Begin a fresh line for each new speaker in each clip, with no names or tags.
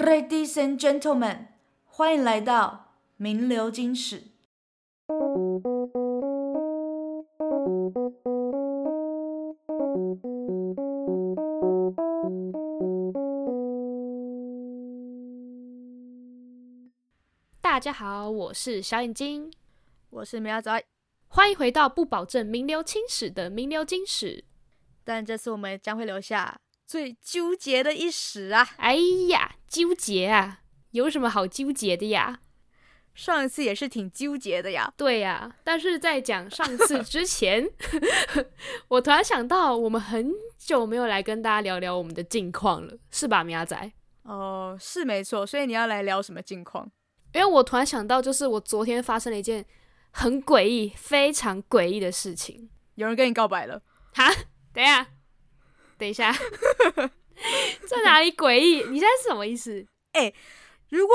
Ladies and gentlemen，欢迎来到名流金史。
大家好，我是小眼睛，
我是苗仔，
欢迎回到不保证名流青史的名流金史。
但这次我们将会留下最纠结的一史啊！
哎呀，纠结啊，有什么好纠结的呀？
上一次也是挺纠结的呀，
对呀、但是在讲上次之前， 我突然想到，我们很久没有来跟大家聊聊我们的近况了，是吧，米亚仔？
哦，是没错，所以你要来聊什么近况？
因为我突然想到，就是我昨天发生了一件很诡异、非常诡异的事情。
有人跟你告白了？
哈，等一下，等一下，在哪里诡异？你现在是什么意思？
如果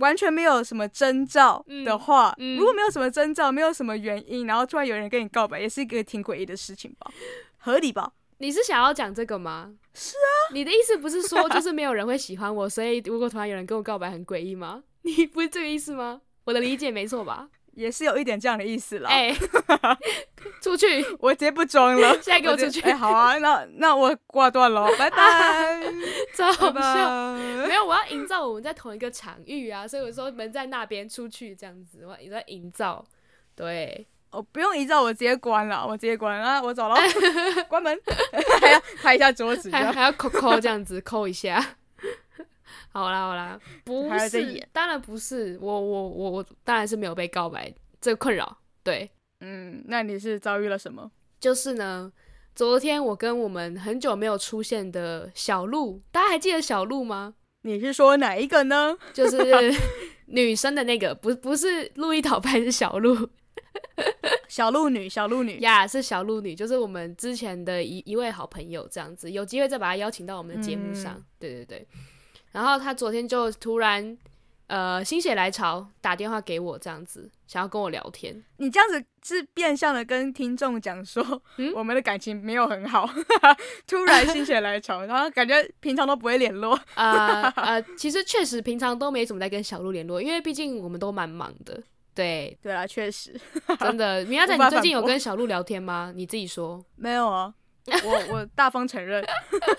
完全没有什么征兆的话，
嗯嗯
如果没有什么征兆，没有什么原因，然后突然有人跟你告白，也是一个挺诡异的事情吧？合理吧？
你是想要讲这个吗？
是
啊。你的意思不是说就是没有人会喜欢我，所以如果突然有人跟我告白很诡异吗？ 你不是这个意思吗？我的理解没错吧？
也是有一点这样的意思啦。
哎、 出去！
我直接不装了，
现在给我出
直
去
哎、好啊，那那我挂断了，拜拜，
超
拜
好笑。
拜。
没有，我要营造我们在同一个场域啊，所以我说门在那边，出去这样子，我也在营造。对，
哦，不用依照我直接关了，我直接关啊，我走 了，关门，还要拍一下桌子，这
还
样
还要扣扣这样子 扣一下。好啦好啦，不
还要再
是
演，
当然不是，我我我我当然是没有被告白这个困扰。对，
嗯，那你是遭遇了什么？
就是呢，昨天我跟我们很久没有出现的小鹿，大家还记得小鹿吗？
你是说哪一个呢？
就是女生的那个，不不是路易讨拍是小鹿
小鹿女，小鹿女，
呀是小鹿女，就是我们之前的一一位好朋友，这样子有机会再把她邀请到我们的节目上。
嗯
对对对，然后她昨天就突然呃心血来潮打电话给我，这样子想要跟我聊天。
你这样子是变相的跟听众讲说，
嗯
我们的感情没有很好， 突然心血来潮，然后感觉平常都不会联络，
呃呃，其实确实平常都没怎么在跟小鹿联络，因为毕竟我们都蛮忙的。对，
对啦，确实
真的，米娅仔，
无法
你最近
反
有
驳
跟小鹿聊天吗？你自 己说
没有啊，我我大方承认，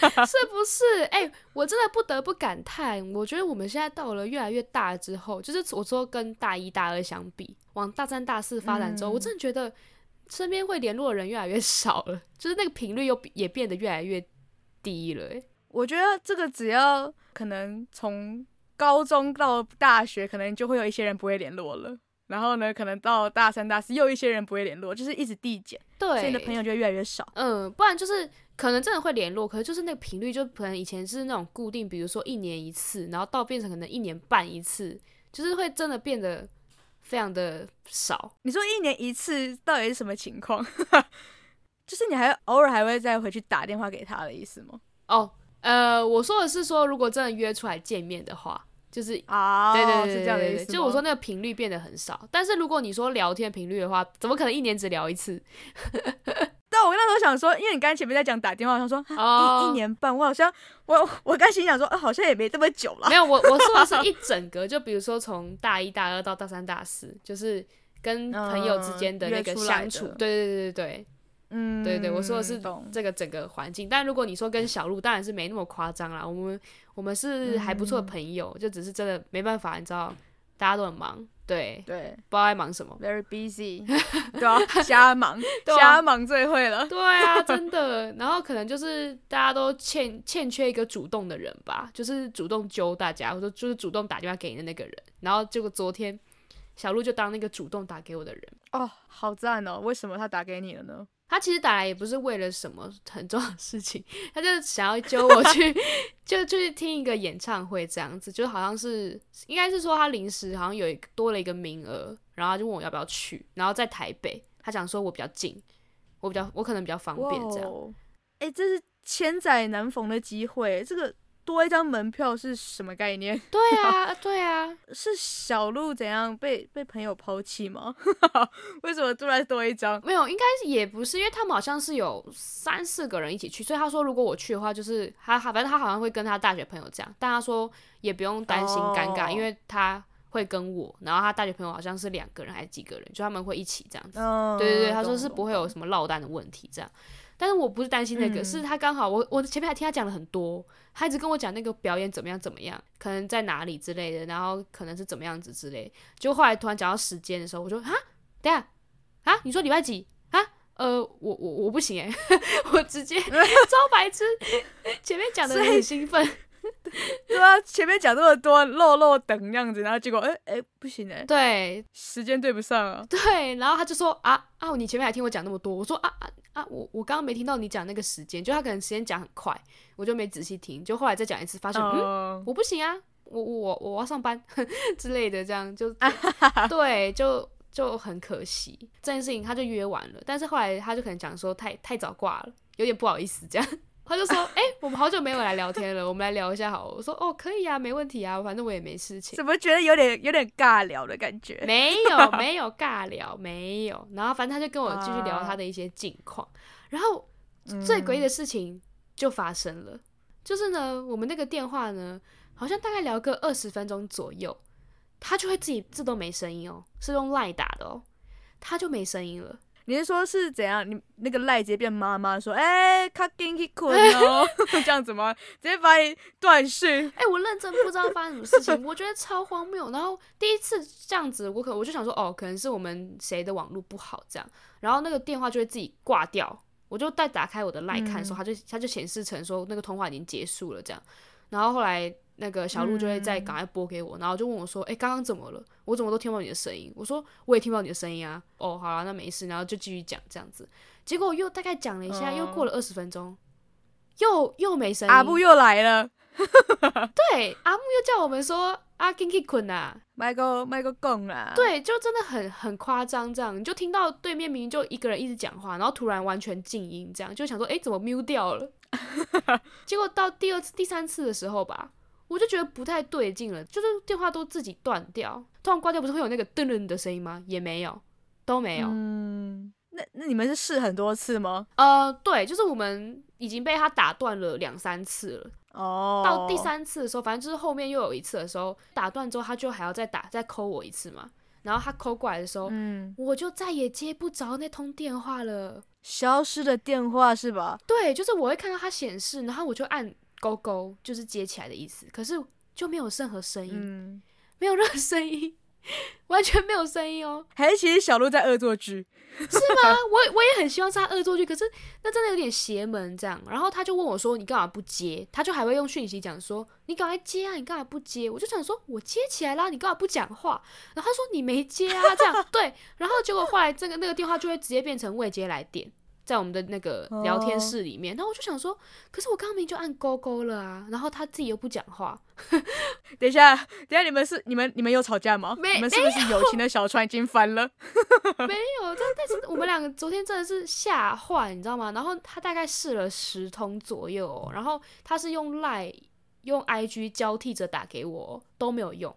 是不是？哎、我真的不得不感叹，我觉得我们现在到了越来越大之后，就是我说跟大一、大二相比，往大三、大四发展之后，我
嗯
真的觉得身边会联络的人越来越少了，就是那个频率又也变得越来越低了、哎
我觉得这个只要可能从高中到大学，可能就会有一些人不会联络了。然后呢，可能到大三、大四又一些人不会联络，就是一直递减，
对，
所以你的朋友就会越来越少。
嗯，不然就是可能真的会联络，可是就是那个频率，就可能以前是那种固定，比如说一年一次，然后到变成可能一年半一次，就是会真的变得非常的少。
你说一年一次到底是什么情况？ 就是你还偶尔还会再回去打电话给他的意思吗？
哦，呃，我说的是说，如果真的约出来见面的话，哦就是。
啊，
对对对
是这样的
对
意
对
思吗。
就我说那个频率变得很少，但是如果你说聊天频率的话，怎么可能一年只聊一次？
对，我那时候想说，因为你刚才前面在讲打电话，我想说、啊
哦
一一年半，我好像我我刚心想说，啊，好像也没这么久了
没。有，我我说的是一整个，就比如说从大一、大二到大三、大四，就是跟朋友之间的
嗯
那
约
个
出来
相处。
的
对对对对对，
嗯，
对对，我说的是
懂。
这个整个环境。但如果你说跟小鹿，当然是没那么夸张啦。我们我们是还不
嗯
错的朋友，就只是真的没办法，你知道，大家都很忙，对，不知
对，。
道在忙什么
very busy，对啊，瞎忙，
对啊
瞎忙最会了。
对啊，真的。然后可能就是大家都欠欠缺一个主动的人吧，就是主动揪大家，或者就是主动打电话给你的那个人。然后结果昨天小鹿就当那个主动打给我的人。
哦，好赞哦！为什么他打给你了呢？
他其实打来也不是为了什么很重要的事情，他就是想要揪我去，就就去听一个演唱会这样子，就好像是应该是说他临时好像有一个多了一个名额，然后他就问我要不要去，然后在台北，他想说我比较近，
哦
我比较我可能比较方便这样，
哇哦，哎，这是千载难逢的机会，这个多一张门票是什么概念？
对啊，对啊，
是小鹿怎样被被朋友抛弃吗？ 为什么突然多一张？
没有，应该是也不是，因为他们好像是有三四个人一起去，所以他说如果我去的话，就是他他反正他好像会跟他大学朋友这样，但他说也不用担心尴尬
哦
因为他会跟我，然后他大学朋友好像是两个人还是几个人，就他们会一起这样子。
嗯，
对对对，他
懂
说是不会有。
懂懂
什么落单的问题这样。但是我不是担心那个，
嗯
是他刚好我我前面还听他讲了很多，他一直跟我讲那个表演怎么样怎么样，可能在哪里之类的，然后可能是怎么样子之类。就后来突然讲到时间的时候，我说啊，等一下啊，你说礼拜几啊？呃，我我我不行哎、 我 直接 招白痴，前面讲的
所以
很兴奋，
对啊，前面讲那么多漏漏等那样子，然后结果哎哎、不行哎、
对，
时间对不上啊。
对，然后他就说啊啊，你前面还听我讲那么多，我说啊啊啊，我我刚刚没听到你讲那个时间，就他可能时间讲很快，我就没仔细听，就后来再讲一次，发现、嗯，
嗯，
我不行啊，我我我我要上班之类的，这样就对，就就很可惜这件事情，他就约完了，但是后来他就可能讲说太太早挂了，有点不好意思这样。他就说：“哎、我们好久没有来聊天了，我们来聊一下好了。”我说：“哦，可以啊，没问题啊，反正我也没事情。”
怎么觉得有点有点尬聊的感觉？
没有没有尬聊，没有。然后反正他就跟我继续聊他的一些近况，然后最诡异的事情就发生了，就是呢，我们那个电话呢，好像大概聊个二十分钟左右，他就会自己自动没声音哦，是用赖打的哦，他就没声音了。
你是说是怎样？你那个赖直接变妈妈说，哎、卡紧去困哦， 这样子吗？直接把你断讯。
哎、我认真不知道发生什么事情，我觉得超荒谬。然后第一次这样子，我可我就想说，哦，可能是我们谁的网络不好这样，然后那个电话就会自己挂掉。我就再打开我的 line 看的时候，它就它就显示成说那个通话已经结束了这样。然后后来那个小鹿就会再赶快拨给我，然后就问我说：“哎、刚刚怎么了？我怎么都听不到你的声音？”我说：“我也听不到你的声音啊。”哦，好了，那没事，然后就继续讲这样子。结果又大概讲了一下，又过了二十分钟，又又没声音。
阿布啊又来了
对，阿木又叫我们说阿 Kinky 困啊，
，Michael Michael 共啦。，
对，就真的很很夸张，这样你就听到对面明明就一个人一直讲话，然后突然完全静音，这样就想说，诶，怎么 mute 掉了？结果到第二次、第三次的时候吧，我就觉得不太对劲了，就是电话都自己断掉，突然挂掉不是会有那个噔噔的声音吗？也没有，都没有。
嗯，那那你们是试很多次吗？
呃，对，就是我们已经被他打断了两三次了。
哦，
到第，三次的时候，反正就是后面又有一次的时候，打断之后他就还要再打再扣我一次嘛。然后他扣过来的时候，
嗯，
我就再也接不着那通电话了。
消失的电话是吧？
对，就是我会看到它显示，然后我就按勾勾，就是接起来的意思。可是就没有任何声音，
嗯，
没有任何声音， 完全没有声音哦。
还是其实小鹿在恶作剧。
啊，我也我也很希望是他恶作剧，可是那真的有点邪门这样。然后他就问我说：“你干嘛不接？”他就还会用讯息讲说：“你赶快接啊，你干嘛不接？”我就想说：“我接起来啦，你干嘛不讲话？”然后他说：“你没接啊，这样对。”然后结果后来这个那个电话就会直接变成未接来电，在我们的那个聊天室里面。然后我就想说：“可是我刚刚明明就按勾勾了啊，然后他自己又不讲话，
等一下，等一下，你们是你们你们有吵架吗？
没
你们是不是友情的小船已经翻了？
没有，但但是我们两个昨天真的是吓坏，你知道吗？然后他大概试了十通左右哦、然后他是用赖用 IG 交替着打给我哦，都没有用，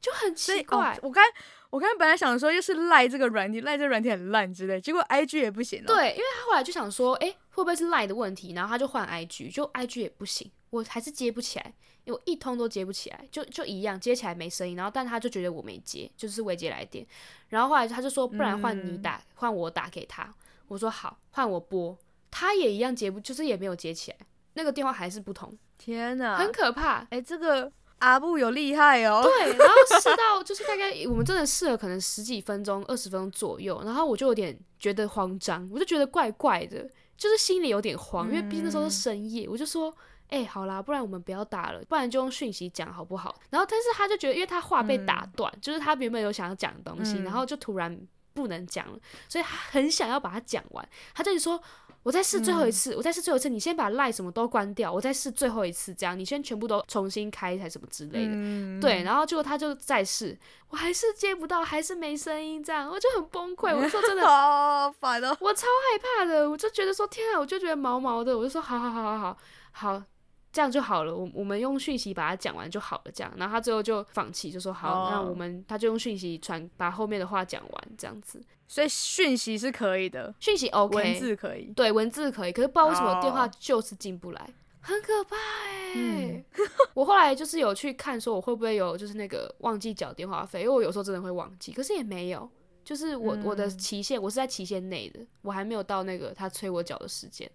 就很
所以
奇
哦
怪。，
我刚我刚本来想说又是赖这个软体，赖这个软体很烂之类，结果 IG 也不行、哦。，
对，因为他后来就想说，诶，会不会是赖的问题？然后他就换 IG，就 IG 也不行，我还是接不起来，因为我一通都接不起来，就就一样接起来没声音。然后但他就觉得我没接，就是未接来电。然后后来他就说，不然换你
嗯
打，换我打给他。我说好，换我拨，他也一样接不，就是也没有接起来，那个电话还是不通，
天哪，
很可怕。
哎、这个阿布有厉害哦。
对，然后试到就是大概我们真的试了可能十几分钟、二十分钟左右，然后我就有点觉得慌张，我就觉得怪怪的，就是心里有点慌，因为毕竟那时候是深夜，我就说。哎、好啦，不然我们不要打了，不然就用讯息讲好不好？然后，但是他就觉得，因为他话被打断，就是他原本有想要讲的东西，
嗯
然后就突然不能讲了，所以他很想要把它讲完。他就是说，我再试最后一次，我再试最后一次，你先把赖什么都关掉，我再试最后一次，这样你先全部都重新开还是什么之类的。
嗯，
对，然后结果他就再试，我还是接不到，还是没声音，这样我就很崩溃。我说真 的，
好烦哦。
我超害怕的，我就觉得说天啊，我就觉得毛毛的，我就说好好好好好好，这样就好了，我我们用讯息把它讲完就好了，这样。然后他最后就放弃，就说好，
哦
那我们他就用讯息传把后面的话讲完，这样子。
所以讯息是可以的
讯息
文
OK，
字可以。
对文字可以，可是不知道为什么
哦
电话就是进不来，很可怕哎、
嗯
我后来就是有去看，说我会不会有就是那个忘记缴电话费，因为我有时候真的会忘记，可是也没有。就是我、我的期限，我是在期限内的，我还没有到那个他催我缴的时间。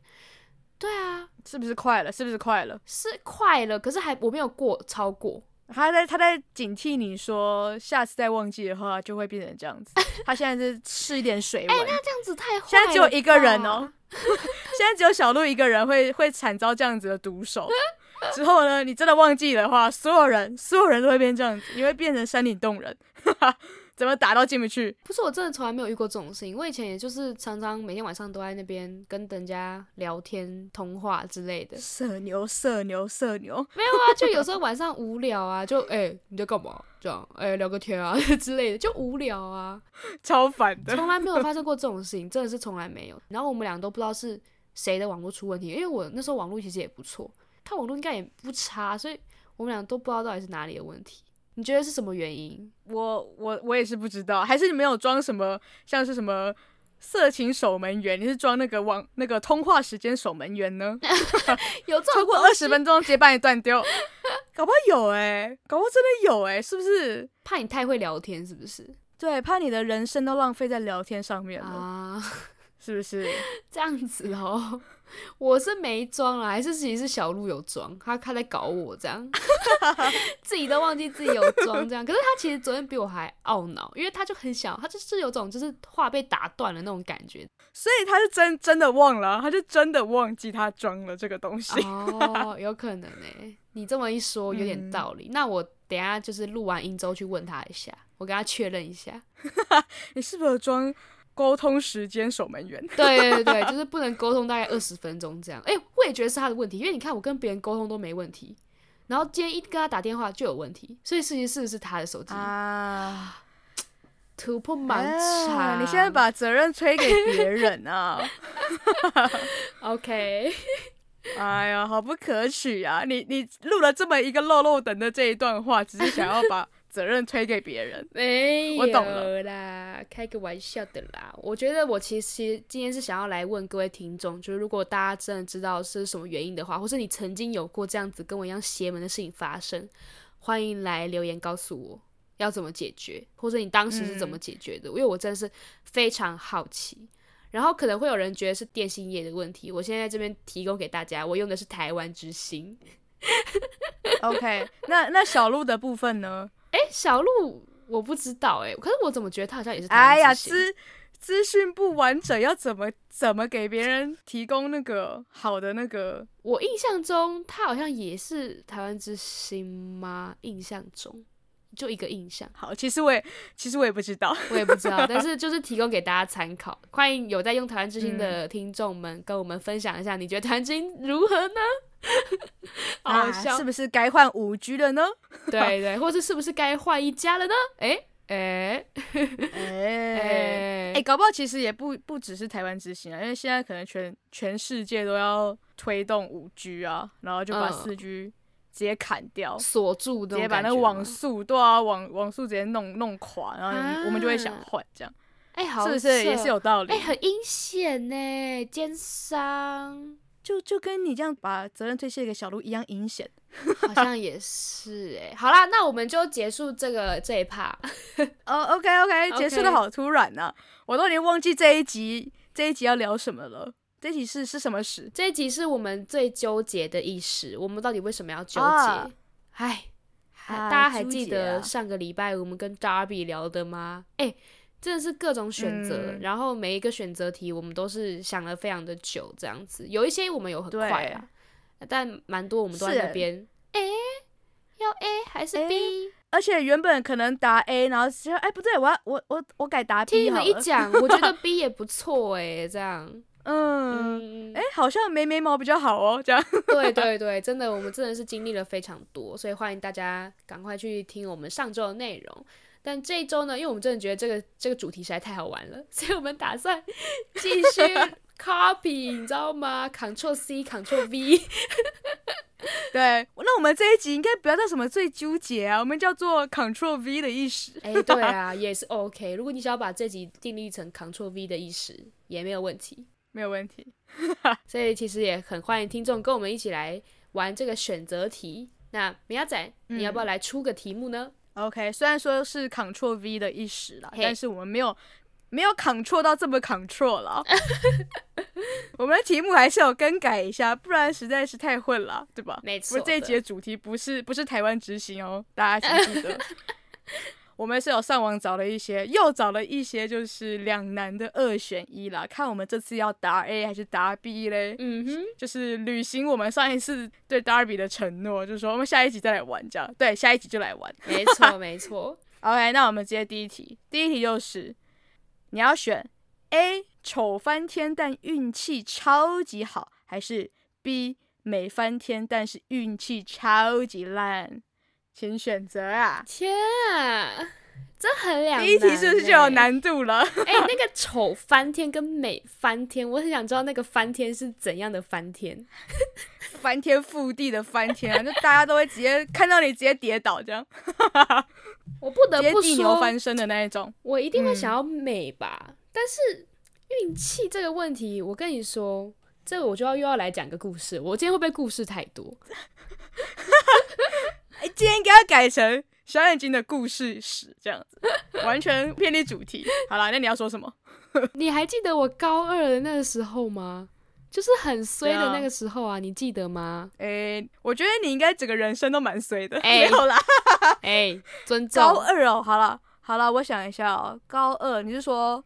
对啊，
是不是快了？是不是快了？
是快了，可是还我没有过超过，
他在他在警惕你说，下次再忘记的话就会变成这样 子。他现在是吃一点水文，
哎这样子太坏了吧。
现在只有一个人哦， 现在只有小鹿一个人会会惨遭这样子的毒手。 之后呢，你真的忘记的话，所有人所有人都会变这样子，你会变成山顶洞人， 怎么打都进不去。
不是，我真的从来没有遇过这种事情。我以前也就是常常每天晚上都在那边跟人家聊天、通话之类的。
色牛，色牛，色牛，
没有啊，就有时候晚上无聊啊，就哎、你在干嘛？这样哎、聊个天啊 之类的，就无聊啊，
超烦的。
从来没有发生过这种事情，真的是从来没有。然后我们俩都不知道是谁的网络出问题，因为我那时候网络其实也不错，他网络应该也不差，所以我们俩都不知道到底是哪里的问题。你觉得是什么原因？
我我我也是不知道，还是你没有装什么像是什么色情守门员？你是装那个网那个通话时间守门员 呢？
有这
超
种
过
东
二
西
十分钟直接把你断丢，搞不好有哎、搞不好真的有哎、是不是？
怕你太会聊天是不是
对，怕你的人生都浪费在聊天上面了，
啊？
是不是？
这样子哦， 我是没装啦，还是其实是小鹿有装，他他在搞我这样， 自己都忘记自己有装这样。可是他其实昨天比我还懊恼，因为他就很小，他就是有种就是话被打断了那种感觉。
所以他是真真的忘了啊，他就真的忘记他装了这个东西。
哦，有可能诶、你这么一说有点道理。那我等一下就是录完音之后去问他一下，我跟他确认一下。
你是不是有装沟通时间守门员？
对对对对，就是不能沟通大概二十分钟这样。哎、我也觉得是他的问题，因为你看我跟别人沟通都没问题，然后今天一跟他打电话就有问题，所以事情是不是他的手机、
啊，
突破盲场、
啊你现在把责任推给别人啊！
OK，
哎呀，好不可取啊！你你录了这么一个漏漏等的这一段话，只是想要把责任推给别人。
没
我
有
懂了
啦，开个玩笑的啦。我觉得我其实今天是想要来问各位听众，就是如果大家真的知道是什么原因的话，或是你曾经有过这样子跟我一样邪门的事情发生，欢迎来留言告诉我要怎么解决，或者你当时是怎么解决的，因为我真的是非常好奇。然后可能会有人觉得是电信业的问题，我现在在这边提供给大家，我用的是台湾之星。
OK，那那小鹿的部分呢？
哎，小鹿我不知道哎、可是我怎么觉得他好像也是台湾
哎呀，
之星
资资讯不完整，要怎么怎么给别人提供那个好的那个？
我印象中他好像也是台湾之星吗？印象中就一个印象，
好，其实我也其实我也不知 道。
我也不知道，但 是就是提供给大家参考。欢迎有在用台湾之星
嗯
的听众们跟我们分享一下，你觉得台湾之星如何呢？ 好笑，
啊，是不是该换五 G 了 呢？
对对，或者是不是该换一家了呢？哎哎
哎
哎
哎，搞不好其实也不不只是台湾之星啊，因为现在可能全全世界都要推动五 G 啊，然后就把
嗯
四 G 直接砍掉。
锁住
哦直
的，
接把那个网速，对啊，网网速直接弄弄垮，然后我们我们就会想
啊
换，这样
哎、好
是不
扯
是也是有道理啊
哎、？很阴险呢，奸商。
就就跟你这样把责任推卸给小鹿一样阴险。
好像 也是哎、好啦，那我们就结束这个这一趴。
哦，OK，OK、o k OK，结束的好突然呐、我都已经忘记这一集这一集要聊什么了。这一集是是什么史？
这一集是我们最纠结的一时，我们到底为什么要纠
啊
结？唉，还
啊
大家还
纠
记
结
得
啊
上个礼拜我们跟 Darby 聊的吗？哎、真的是各种选择，
嗯
然后每一个选择题我们都是想了非常的久，这样子。有一些我们有很
对
快啊，但蛮多我们都在
是
那边。哎、要 A 还是
哎
B？、
而且原本可能答 A，然后说哎不对，我要我我我改答
听
B
你
好
们一
了。
讲，我觉得 B 也不错哎、这样。
嗯，
嗯，
哎、好像没眉毛比较好哦，这样。
对对对，真的，我们真的是经历了非常多，所以欢迎大家赶快去听我们上周的内容。但这一周呢，因为我们真的觉得这个这个主题实在太好玩了， 所以我们打算 继续 copy，你知道吗？Ctrl C，Ctrl V，
对，那我们这一集应该不要叫什么最纠结啊，我们叫做 Control V 的意识。
哎、对啊，也是 OK。如果你想要把这集定义成 Ctrl V 的意识，也没有问题。
没有问题。
所以其实也很欢迎听众跟我们一起来玩这个选择题。那米亚仔，
嗯
你要不要来出个题目呢？
OK，虽然说是 Control V 的意识啦，
嘿
但是我们没有没有 Control 到这么 Control 了。我们的题目还是要更改一下，不然实在是太混了，对吧？
没
我
错，
们这一集的主题不是不是台湾执行哦，大家请记 得。我们是有上网找了一些，又找了一些，就是两难的二选一啦，看我们这次要答 A 还是答 B 嘞？
嗯哼，
就是履行我们上一次对 Darby 的承诺，就是说我们下一集再来玩这样。对，下一集就来玩。
没错，没错。
OK，那我们直接第一题。第一题就是你要选 A 丑翻天但运气超级好，还是 B 美翻天但是运气超级烂？请选择啊！
天啊，这很两、欸。
第一题是不是就有？难度了？
哎、那个丑翻天跟美翻天，我很想知道那个翻天是怎样的翻天。
翻天覆地的翻天、啊，就大家都会直接看到你直接跌倒，这样
我不得
直接
呃不
地牛
说，
翻身的那一种。
我一定会想要美吧，但是运气这个问题，我跟你说，这个我就要又要来讲个故事。我今天会不会故事太 多？
哎，今天应该要改成小眼睛的故事史这样子，完全偏离主题。好啦，那你要说什么？
你还记得我高二的那个时候吗？就是很衰的那个时候啊，你记 得吗？
诶、我觉得你应该整个人生都蛮衰的，
诶
没有啦。
哎、尊重
啊高二哦，好了好了，我想一下哦，高二你是说，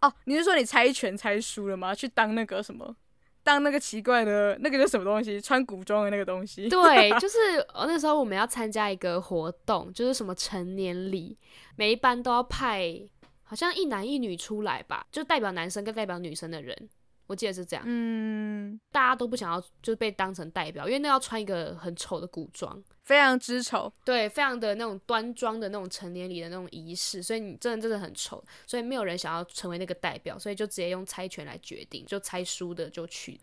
哦，你是说你猜拳猜输了吗？去当那个什么，当那个奇怪的那个叫什么东西，穿古装的那个东 西。
对，就是呃那时候我们要参加一个活动，就是什么成年礼，每一班都要派好像一男一女出来吧，就代表男生跟代表女生的人，我记得是这样。
嗯，
大家都不想要就是被当成代表，因为那要穿一个很丑的古装，
非常之丑。
对，非常的那种端庄的那种成年礼的那种仪式，所以你真的真的很丑，所以没有人想要成为那个代表，所以就直接用猜拳来决定，就猜输的就去。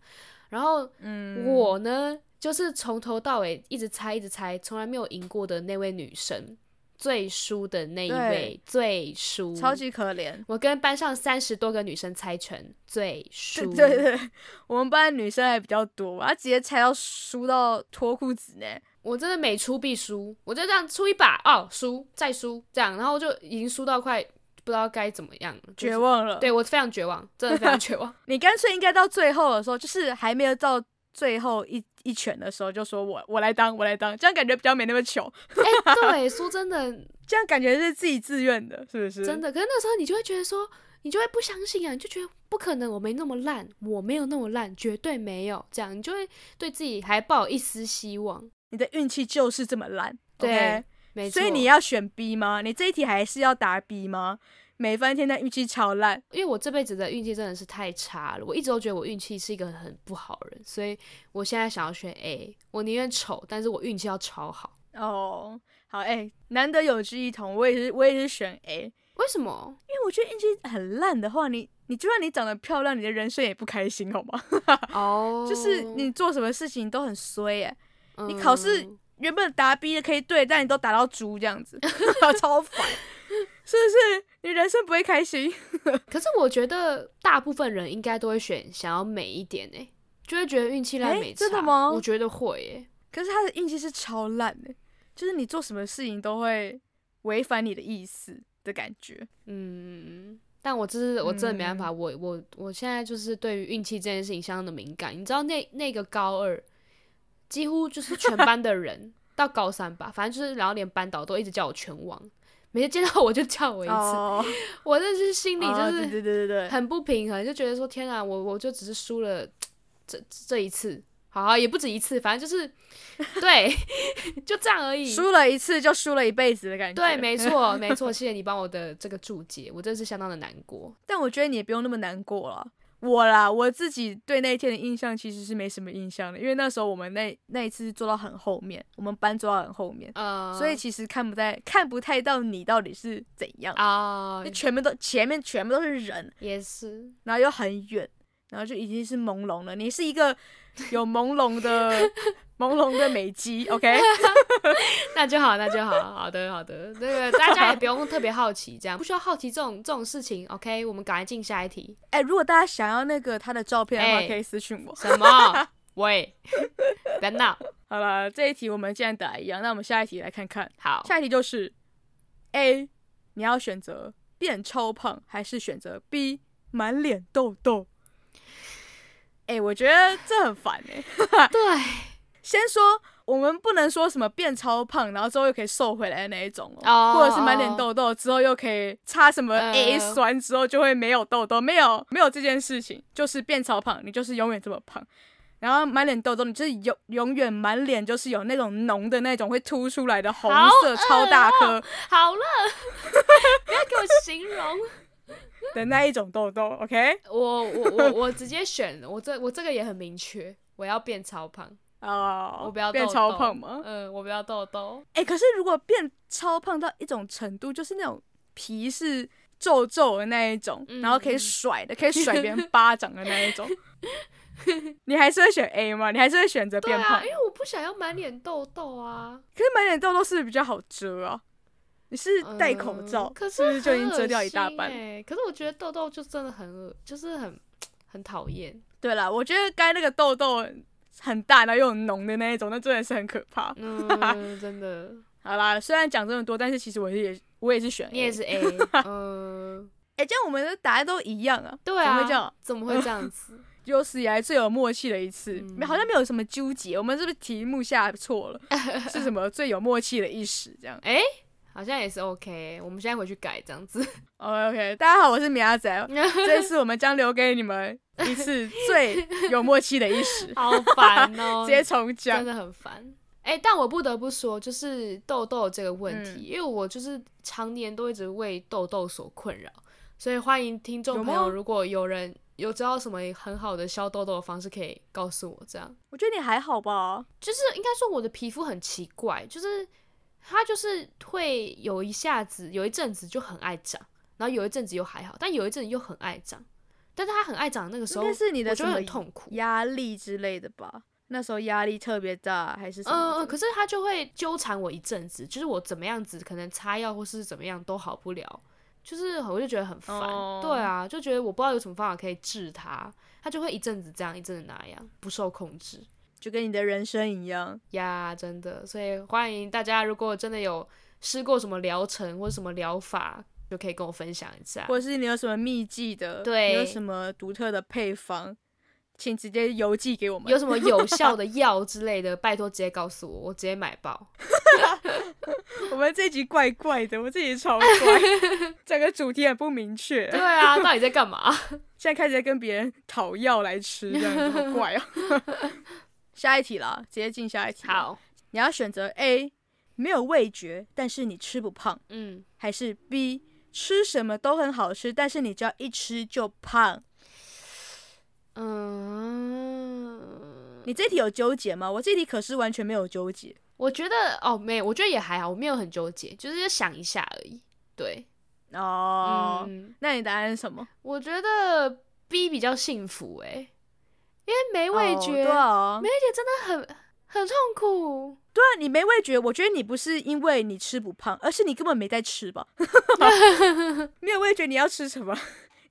然后
嗯，
我呢，就是从头到尾一直猜，一直猜，从来没有赢过的那位女生，最输的那一
对
位，最输，
超。级可怜。
我跟班上三十多个女生猜拳，最输
对。对对，我们班女生还比较多，她直接猜到输到脱裤子呢。
我真的每出必输，我就这样出一把哦，输再输这样，然后就已经输到快不知道该怎么样了，就是
绝。望了。
对我非常绝望，真的非常绝望。
你干脆应该到最后的时候，就是还没有到最后一一拳的时候，就说我我来当，我来当，这样感觉比较没那么糗，
哎、对，说 真的，
这样感觉是自己自愿的，是不是？
真的。可是那时候你就会觉得说，你就会不相信啊，你就觉得不可能，我没那么烂，我没有那么烂，绝对没有。这样你就会对自己还抱有一丝希望。
你的运气就是这么烂，
对
OK？
没错，
所以你
要，
要选 B 吗？你这一题还是要答 B 吗？每翻天的运气超烂，
因为我这辈子的运气真的是太差了，我一直都觉得我运气是一个很不好的人，所以我现在想要选 A，我宁愿丑，但是我运气要超好。
哦，好，哎、难得有志一同，我也是，我也是选 A，因
为什 么？
为我觉得运气很烂的话，你你就算你长得漂亮，你的人生也不开心，好吗？
哦
就是你做什么事情都很衰、哎。
嗯
你考试原本答 B 的可以对，但你都答到猪这样 子，超烦，是不是？你人生不会开心。
可是我觉得大部分人应该都会选想要美一点诶、就会觉得运气烂
诶
没差、
真的吗
我觉得会欸诶、
可是他的运气是超烂的，就是你做什么事情都会违反你的意思的感觉。
嗯。但我这是我真的没办法，
嗯
我我我现在就是对于运气这件事情相当的敏感。你知道那那个高二，几乎就是全班 的人到高三吧，反正就是然后连班导都一直叫我拳王，每次见到我就叫我一次，
哦，
我这是心里就
哦
是
对对对对对，
很不平衡，就觉得说天啊，我我就只是输了这这一次，好好也不止一次，反正就是对， 就这样而已。
输了一次就输了一辈子的感觉。
对，没错，没错，谢谢你帮我的这个注解，我真是相当的难过。
但我觉得你也不用那么难过了。我啦，我自己对那一天的印象其实是没什么印象的，因为那时候我们那那一次是坐到很后面，我们班坐到很后面，
呃，
所以其实看不太看不太到你到底是怎样，
啊、
就全部都前面全部都是人，
也是，
然后又很远，然后就已经是朦胧了。你是一个有朦胧的朦胧的美肌，OK？
那就好，那就好，好的，好的，那个大家也不用特别好奇，这样不需要好奇这种这种事情，OK？我们赶快进下一题。
哎、如果大家想要那个他的照片的话，
哎
可以私信我。
什么？喂，别闹，
好了，这一题我们既然打一样，那我们下一题来看看。
好，
下一题就是 A，你要选择变超胖，还是选择 B 满脸痘痘？哎、我觉得这很烦哎、
对，
先说，我们不能说什么变超胖，然后之后又可以瘦回来的那一种哦，
哦
或者是满脸痘痘之后又可以擦什么
呃
A 酸之后就会没有痘痘， 没有没有这件事情，就是变超胖，你就是永远这么胖。然后满脸痘痘，你就是永永远满脸就是有那种浓的那种会凸出来的红
好嗯
色超大颗
好了， 不要给我形容，
的那一种痘痘，OK？
我我我我直接选，我这我这个也很明确，我要变超胖，
哦，
我不要痘痘
变超胖吗？
嗯，我不要痘痘，
哎、可是如果变超胖到一种程度，就是那种皮是皱皱的那一种，
嗯
然后可以甩的，可以甩别 人巴掌的那一种，你还是会选 A 吗？你还是会选择
对
变胖？
啊，因为我不想要满脸痘痘啊，
可是满脸痘痘是不是比较好遮啊？你是戴口罩，
嗯可
是不
是
是就已经
很
遮掉一大
恶心
半？
欸可是我觉得痘痘就真的很恶，就是很很讨厌。
对啦，我觉得该那个痘痘很大，然后又很浓的那一种，那真的是很可怕。
嗯，真的，
好啦，虽然讲这么多，但是其实我也我也是选 A，
你也 是 A，嗯，
哎、这样我们的答案都一样啊。
对
怎
啊，
么会这样？
怎么会这样子？
有史以来最有默契的一次，
嗯
没好像没有什么纠结。我们是不是题目下错 了？是什么最有默契的一时？这样。
哎，好像也是 OK，我们现在回去改这样 子。，
OK OK，大家好，我是米阿仔，哦这一次我们将留给你们一次最有默契的一时
好烦 哦，
直接重
真
讲。
的很烦。哎、但我不得不说，就是痘痘这个问题，
嗯
因为我就是常年都一直为痘痘所困扰，所以欢迎听众
有
朋
吗
友，如果有人有知道什么很好的消痘痘的方式，可以告诉我。这样
我觉得你还好吧？
就是应该说我的皮肤很奇怪，就是它就是会有一下子有一阵子就很爱长，然后有一阵子又还好，但有一阵子又很爱长，但是它很爱长的那个时
应
候，
该是你的
我就
什
会
么
很痛苦。
压力之类的吧？那时候压力特别大，还是什
嗯
么
嗯，
的？
可是他就会纠缠我一阵子，就是我怎么样子，可能擦药或是怎么样都好不了，就是我就觉得很烦。
哦
对啊，就觉得我不知道有什么方法可以治它，它就会一阵子这样，一阵子那样，不受控制
就跟你的人生一样。
呀真的。所以欢迎大家，如果真的有试过什么疗程或者什么疗法，就可以跟我分享一下。
或者是你有什么秘技的，
啊对
你有什么独特的配方，请直接邮寄给我们。
有什么有效的药之类的，拜托直接告诉我，我直接买爆。
我们这集怪怪的，我自己 超怪，整个主题很不明确
对，啊，到底在干嘛？
现在开始在跟别人讨药来吃，这样子好怪 哦。下一题啦，直接进下一题。，
好，
你要选择 A，没有味觉，但是你吃不胖，
嗯，
还是 B，吃什么都很好吃，但是你只要一吃就胖？
嗯，
你这题有纠结吗？我这题可是完全没有纠结。
我觉得哦，没，我觉得也还好，我没有很纠结，就是想一下而已。对，
哦、
嗯，
那你答案是什么？
我觉得 B 比较幸福哎、因为没味觉，
哦对啊，
没味觉真的很很痛苦。
对啊，你没味觉，我觉得你不是因为你吃不胖，而是你根本没在吃 吧？没有味觉，你要吃什么？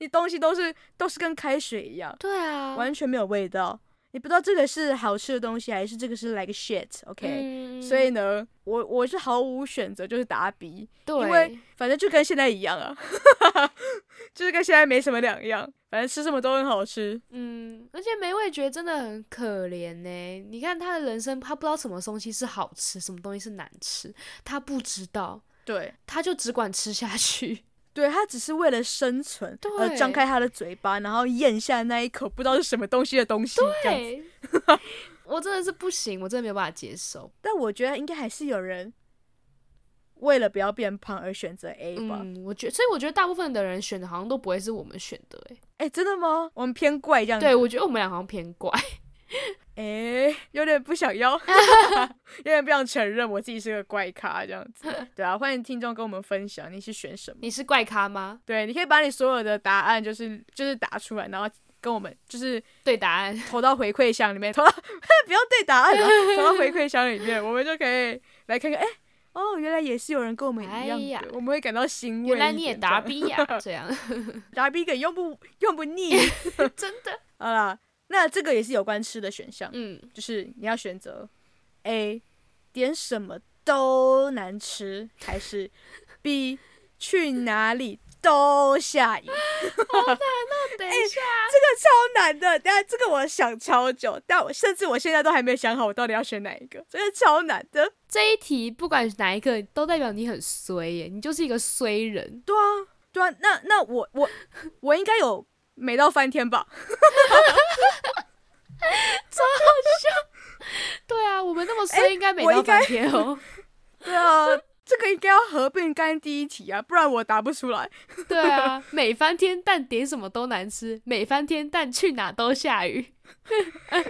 你东西都是都是跟开水一样，
对啊，
完全没有味道。你不知道这个是好吃的东西，还是这个是来个 shit，OK？、
嗯
所以呢，我我是毫无选择，就是答 B，
对，
因为反正就跟现在一样啊， 就是跟现在没什么两样，反正吃什么都很好吃。
嗯，而且没味觉真的很可怜呢、你看他的人生，他不知道什么东西是好吃，什么东西是难吃，他不知道，
对，
他就只管吃下去。
对他只是为了生存
对
而张开他的嘴巴，然后咽下那一口不知道是什么东西的东西。这样子，
对， 我真的是不行，我真的没有办法接受。
但我觉得应该还是有人为了不要变胖而选择 A 吧？
嗯，我觉所以我觉得大部分的人选的好像都不会是我们选的、欸，
哎、真的吗？我们偏怪这样子。
对，我觉得我们俩好像偏怪。
哎、有点不想要，有点不想承认我自己是个怪咖这样 子。对啊，欢迎听众跟我们分享你是选什么。
你是怪咖吗？
对，你可以把你所有的答案就是就是打出来，然后跟跟我们就是
对答案，
投到回馈箱里面，投到 不要对答案 了，投到回馈箱里面，我们就可以来看看，哎、哦，原来也是有人跟我们一样
哎
的，
呀
我们会感到欣慰一点。
原来你也
这
答
样，
B 呀、这样
答 B 梗用不用不 腻。
真的，
好啦，那这个也是有关吃的选项，
嗯，
就是你要选择 A 点什么都难吃，还是 B 去哪里都下雨。哎
等一下，
超难的，等下这个我想超久，但我甚至我现在都还没想好我到底要选哪一个，真的超难的。
这一题不管哪一个都代表你很衰耶，你就是一个衰人，
对啊，对啊，那那我我我应该有美到翻天 吧？
对啊，我们那么衰，应该每
哎我
到
应该
半天哦，
对啊，这个应该要合并刚刚第一题啊，不然我答不出来。
对啊，每翻天蛋点什么都难吃，每翻天蛋去哪都 下雨，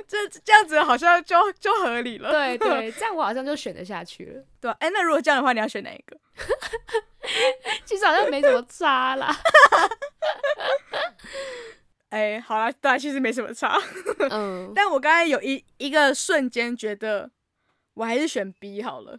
这这样子好像就就合理了。
对对，这样我好像就选得下去了，
对啊，哎、那如果这样的话，你要选哪一个？
其实好像没怎么 差啦，
哎、好啦，对啊，其实没什么差。
嗯，
但我刚才有一一个瞬间觉得，我还是选 B 好了。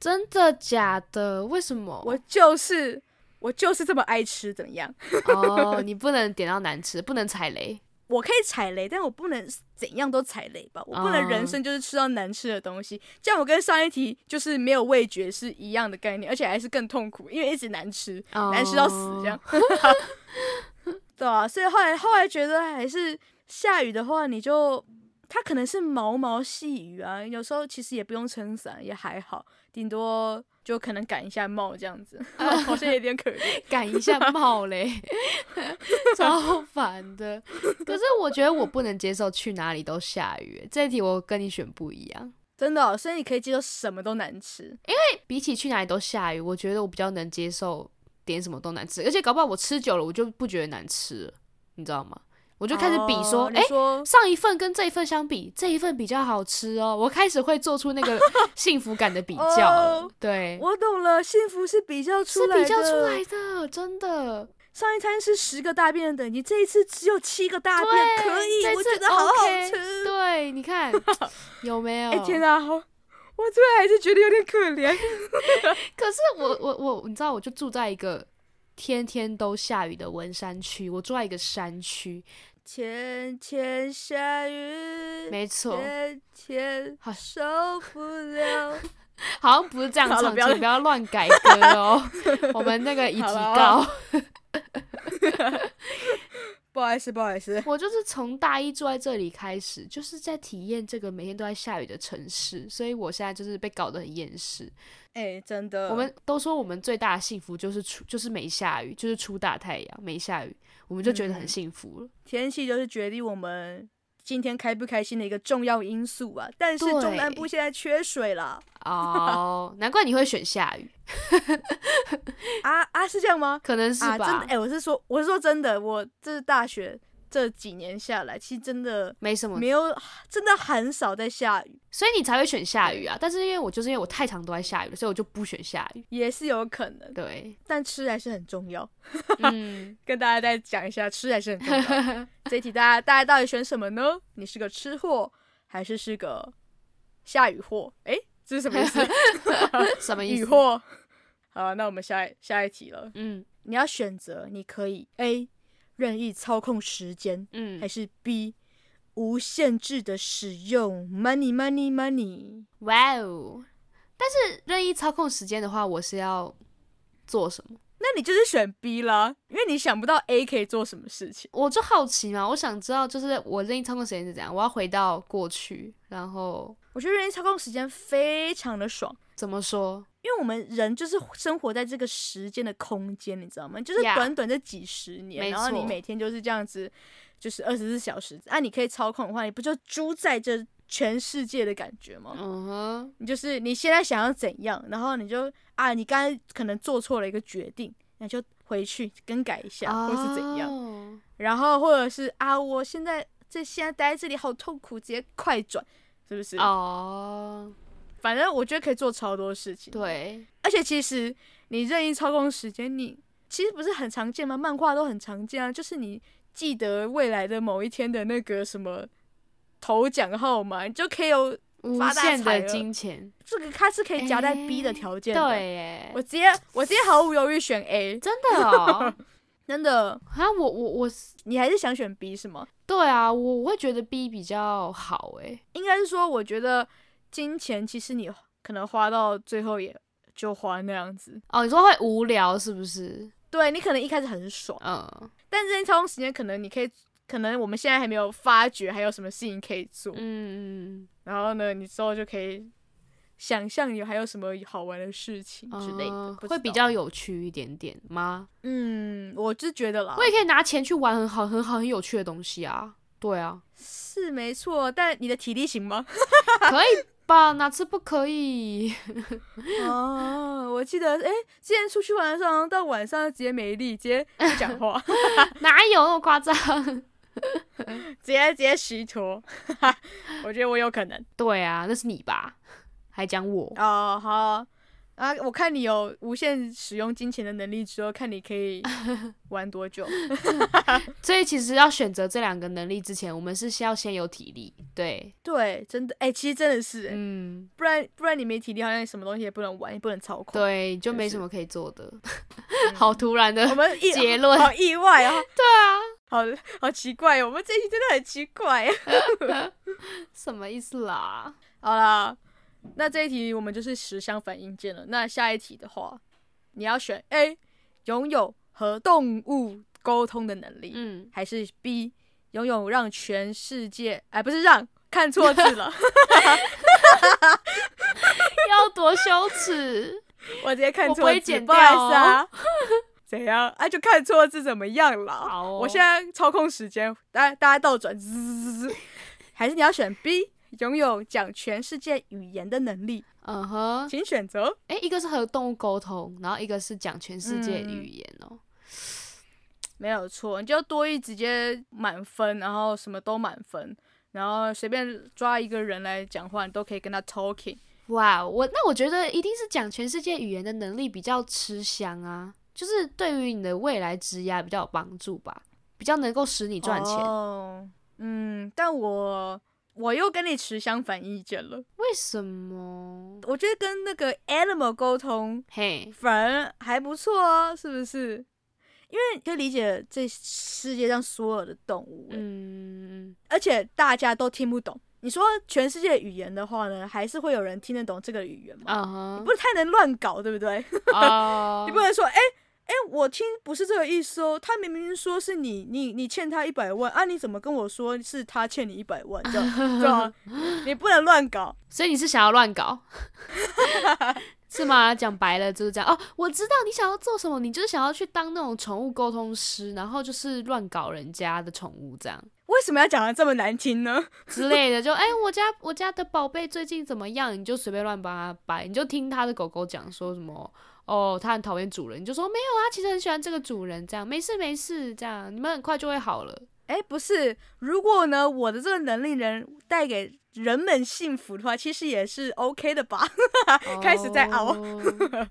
真的假的？为什么？
我就是我就是这么爱吃，怎么样？
哦，你不能点到难吃，不能踩雷。
我可以踩雷，但我不能怎样都踩雷吧？我不能人
哦
生就是吃到难吃的东西，这样我跟上一题就是没有味觉是一样的概念，而且还是更痛苦，因为一直难吃，
哦
难吃到死 这样。 对啊，所以后来后来觉得还是嗯下雨的话，你就它可能是毛毛细雨啊，有时候其实也不用撑伞，也还好，顶多就可能赶一下帽这样子， 好像有点可 怜。
赶一下冒嘞， 超烦的。可是我觉得我不能接受去哪里都下雨，这一题我跟你选不一样。
真的哦、所以你可以接受什么都难吃。
比起去哪里都下雨，我觉得我比较能接受点什么都难吃，而且搞不好我吃久了我就不觉得难吃了，你知道吗？我就开始比说，
哦
哎、
你说
上一份跟这一份相比，这一份比较好吃哦。我开始会做出那个 幸福感的比较了，
哦
对，
我懂了，幸福是比较出
是
来的，
比较出来的，真的。
上一餐是十个大便的等级，这一次只有七个大便，
对
可以，
这
我
次
觉得好好
OK，
吃。
对，啊 你看有没有？
哎、天哪，好，我最后还是觉得有点可 怜。
可是我我我，你知道，我就住在一个天天都下雨的文山区，我住在一个山区，
天天下雨，
没错。
嗯天天
好
受不 了。
好像不是这样
好
唱，
了
请
不要
不要乱改歌哦。 我们那个一提
好了哦
高，
不好意思，不好意思。
我就是从大一住在这里开始，就是在体验这个每天都在下雨的城市，所以我现在就是被搞得很厌世。
哎、真的，
我们都说我们最大的幸福就是出，就是没下雨，就是出大太阳，没下雨，我们就觉得很
嗯
幸福了。
天气就是决定我们今天开不开心的一个重要因素啊。但是
对
中南部现在缺水了
哦、难怪你会选下雨，
啊啊，是这样吗？
可能是
啊，真
吧？
的，哎、我是说，我是说真的，我这是大学这几年下来，其实真的
没什么，
没有，真的很少在下雨，
所以你才会选下雨啊。但是因为我就是因为我太常都在下雨了，所以我就不选下雨。
也是有可能，
对，
但吃还是很重要。
嗯，
跟大家再讲一下，吃还是很重 要。这一题大家大家到底选什么呢？你是个吃货，还是是个下雨货？哎、这是什么意思？
什么意思？
雨货。好，那我们下一下一题了。
嗯
你要选择，你可以 A 任意操控时间，还
嗯，
是 B 无限制的使用 money money money？
哇哦！但是任意操控时间的话，我是要做什么？
那你就是选 B 啦，因为你想不到 A 可以做什么事情。
我就好奇嘛，我想知道，就是我任意操控时间是怎样？我要回到过去，然后
我觉得人操控时间非常的爽，
怎么说？
因为我们人就是生活在这个时间的空间，你知道吗？就是
Yeah
短短这几十年
没
然后你
错
每天就是这样子，就是二十四小时。啊，你可以操控的话，你不就主宰这全世界的感觉吗？
嗯哼，
你就是你现在想要怎样，然后你就啊，你刚才可能做错了一个决定，那就回去更改一下，或是怎样。
哦
然后或者是啊，我现在这现在待在这里好痛苦，直接快转，是不是？
哦，
反正我觉得可以做超多事情。，
对，
而且其实你任意操控时间，你其实不是很常见吗？漫画都很常见啊，就是你记得未来的某一天的那个什么头奖号码，你就可以有
无
发大
限
财
的
了
金钱，
这个，它是可以夹在 B 的条件的。
对耶
我，直接我直接毫无犹豫选 A，
真 的哦，
真的，
啊，我我我是，
你还是想选 B 是吗？
对啊，我我会觉得 B 比较好诶，
应该是说，我觉得金钱其实你可能花到最后也就花那样子，
哦，你说会无聊是不是？
对你可能一开始很爽，
嗯
但这超长时间可能你可以，可能我们现在还没有发觉还有什么事情可以做，
嗯
然后呢，你之后就可以想象你还有什么好玩的事情
嗯，
之类的，
嗯
不知
会比
道，
较有趣一点点吗？
嗯，我是觉得啦
我，也可以拿钱去玩很好、很好、很有趣的东西啊。对啊，
是没错，但你的体力行吗？
可以吧？哪次不可以？
哦，我记得，哎、之前出去玩的时候，好像到晚上直接没力，直 接不讲话，
哪有那么夸张？
直接直接虚脱， 我觉得我有可能。
对啊，那是你吧？还讲我？
哦，好啊，啊我看你有无限使用金钱的能力之后，看你可 以玩多久。
所以其实要选择这两个能力之前，我们是先要先有体力。对，
对，真的，哎、其实真的是、哎
嗯，
不然不然你没体力，好像你什么东西也不能玩，也不能操控。
对，就没
是
什么可以做的。好突然的
嗯我们 意
结论，
好意外啊！ 对啊，好好奇怪，哦，我们这一期真的很奇怪。
什么意思啦？
好啦，那这一题我们就是十相反应件了。那下一题的话，你要选 A，拥有和动物沟通的能力，
嗯，
还是 B，拥有让全世界……哎，不是让，看错字 了，
要多羞 耻？
我直接看
我不
错
会
字，
剪
不好意
掉哦
思啊。 怎样？啊，就看错字怎么样啦？
好哦
我现在操控时间，大家大家倒转，滋滋滋滋，还是你要选 B，拥有讲全世界语言的能力，
嗯哼，
请选择。
诶，一个是和动物沟通，然后一个是讲全世界
嗯
语言哦、
没有错，你就多一直接满分，然后什么都满分，然后随便抓一个人来讲话，你都可以跟他 talking。
哇，我那我觉得一定是讲全世界语言的能力比较吃香啊，就是对于你的未来职涯比较有帮助吧，比较能够使你赚钱。
哦，嗯，但我我又跟你持相反意见了。
为什么？
我觉得跟那个 animal 沟通
嘿，
反而还不错啊，是不是？因为你可以理解这世界上所有的动物、欸
嗯，
而且大家都听不懂。你说全世界语言的话呢，还是会有人听得懂这个语言吗？
啊哈
你，不太能乱搞，对不对？
啊
你不能说，哎、哎、我听不是这个意思哦，他明明说是你，你你欠他一百万啊，你怎么跟我说是他欠你一百 万？这样对吧？你不能乱搞。
所以你是想要乱搞，是吗？讲白了就是这样哦。我知道你想要做什么，你就是想要去当那种宠物沟通师，然后就是乱搞人家的宠物这样
为什么要讲的这么难听呢？
之类的。就哎、我家我家的宝贝最近怎么样？你就随便乱帮他掰，你就听他的狗狗讲说什么。哦，它很讨厌主人，你就说没有啊，其实很喜欢这个主人，这样没事没事，这样你们很快就会好了。
哎、不是，如果呢，我的这个能力能带给人们幸福的话，其实也是 OK 的吧？开始在熬
哦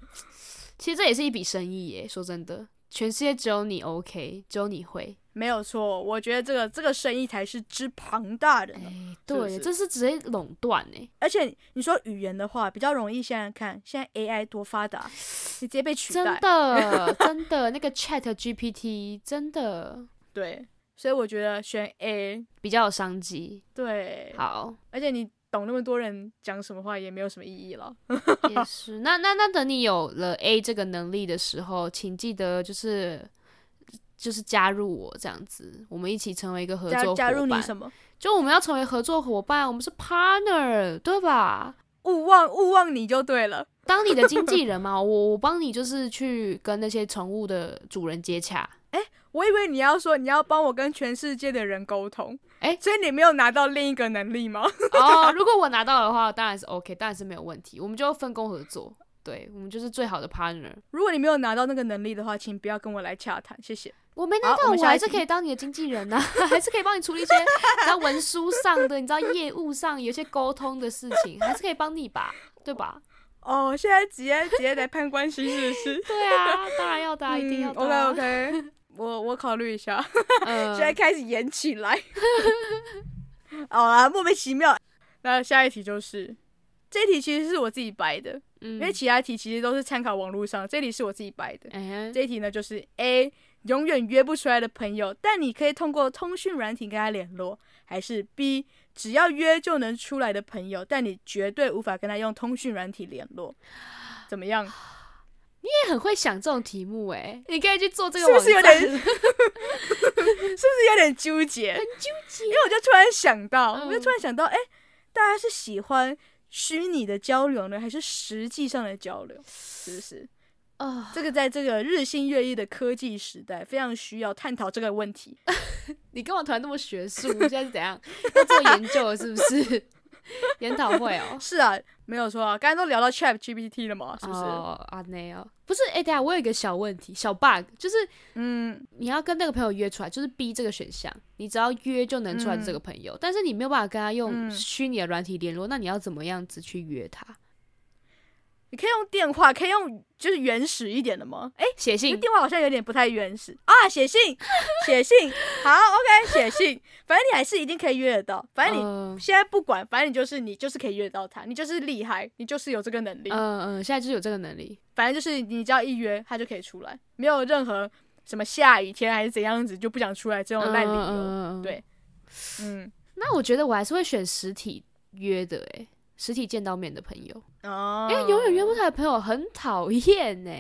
其实这也是一笔生意耶，说真的，全世界只有你 OK，只有你会。
没有错，我觉得这个这个生意才是之庞大的
哎、
呢。是
对，
不是
这是直接垄断哎。
而且你说语言的话，比较容易。现在看，现在 AI 多发达，你直接被取
真
代。
的， 真的，那个 Chat GPT 真的
对，所以我觉得选 A
比较有商机。
对，
好，
而且你懂那么多人讲什么话也没有什么意义了。
也是。那那那等你有了 A 这个能力的时候，请记得就是就是加入我这样子，我们一起成为一个合
加
作伙
加
伴。
入你什么？
就我们要成为合作伙伴，我们是 partner，对吧？
勿忘勿忘你就对了。
当你的经纪人嘛， 我我帮你就是去跟那些宠物的主人接 洽。
我以为你要说你要帮我跟全世界的人沟通，
哎
所以你没有拿到另一个能力吗？
哦，如果我拿到的话，当然是 OK，当然是没有问题，我们就分工合作。对，我们就是最好的 partner。
如果你没有拿到那个能力的话，请不要跟我来洽谈，谢谢。
我没拿
好
到，
我
我
们下一
还是
题
可以当你的经纪人呐、 还是可以帮你处理 一些你知道文书上的、你知道业务上有一些沟通的事情，还是可以帮 你吧，对吧？
哦，现在直接直接来攀关系是不是？ 嗯
对啊，当然要的、啊，一定要的、
OK OK，我我考虑一下，
呃
现在开始演起来。 好啦，莫名其妙。那下一题就是，这题其实是我自己掰的，
因
因为其他题其实都是参考网络上，这题是我自己掰的。
哎
这一题呢，就是 A 永远约不出来的朋友，但你可以通过通讯软体跟他联络，还是 B 只要约就能出来的朋友，但你绝对无法跟他用通讯软体联络。怎么样？
你很会想这种题目哎，你可以去做这个
是不
网
是有点
站，
是不是有点纠结？
很纠结
因为我就突然想到，
嗯
我就突然想到，哎、大家是喜欢虚拟的交流呢，还是实际上的交流？是不是？
啊？
这个在这个日新月异的科技时代，非常需要探讨这个问题。
你跟我突然那么学术， 现在是怎样？要做研究了是不是？ 研讨会哦，
是啊，没有错啊，刚才都聊到 Chat GPT 了 嘛，是不是？
哦，啊那哦，不是，哎、等一下我有一个小问题，小 bug，就是
嗯，
你要跟那个朋友约出来，就是 B 这个选项，你只要约就能出来的这个朋友，但是你没有办法跟他用
嗯
虚拟的软体联络，那你要怎么样子去约他？
你可以用电话，可以用就是原始一点的吗？哎、
写
这
信
电话好像有点不太原始啊，写信，写信，好，OK，写信，反正你还是一定可以约得到，反正你
嗯
现在不管，反正你就是你就是可以约得到他，你就是厉害，你就是有这个能力。
嗯嗯，现在就是有这个能力，
反正就是你只要一约，他就可以出来，没有任何什么下雨天还是怎样子就不想出来这种烂理
嗯
由。
嗯嗯嗯
对嗯，
那我觉得我还是会选实体约的、诶，实体见到面的朋友，
哦，
因为永远约不出来的朋友很讨厌呢。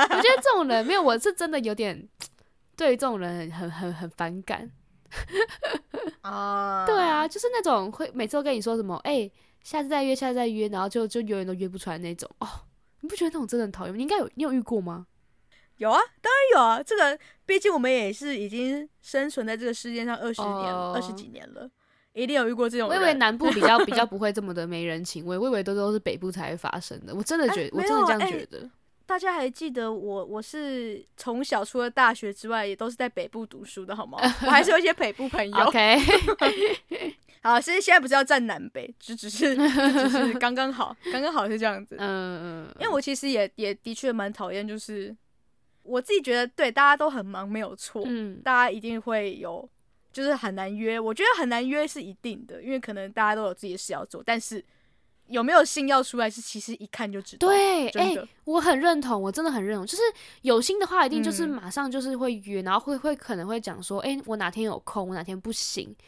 我觉得这种人没有，我是真的有点对于这种人很很很很反感。
啊，
对啊，就是那种会每次都跟你说什么，哎、下次再约，下次再约，然后就就永远都约不出来那种。哦，你不觉得那种真的很讨厌吗？你应该有，你有遇过吗？
有啊，当然有啊。这个毕竟我们也是已经生存在这个世界上二十年了、
哦
二十、几年了，一定有欸遇过这种
我
人。
以为南部比较 比较不会这么的没人情味，我以为都都是北部才会发生的。我真的觉
哎
我
没
真的
有
这样
哎
觉得。
大家还记得我，我是从小除了大学之外，也都是在北部读书的，好 吗？我还是有一些北部朋友。
OK，
好，现在现在不是要站南北，只只 是只是刚刚好，刚刚好是这样子。
嗯嗯，
因为我其实也也的确蛮讨厌，就是我自己觉得对大家都很忙，没有错。
嗯
大家一定会有，就是很难约。我觉得很难约是一定的，因为可能大家都有自己的事要做，但是有没有心要出来是其实一看就知道。，
对，哎、
真的，
我很认同，我真的很认同。就是有心的话，一定就是
嗯
马上就是会约，然后会会可能会讲说，哎、我哪天有空，我哪天不行，
嗯
哎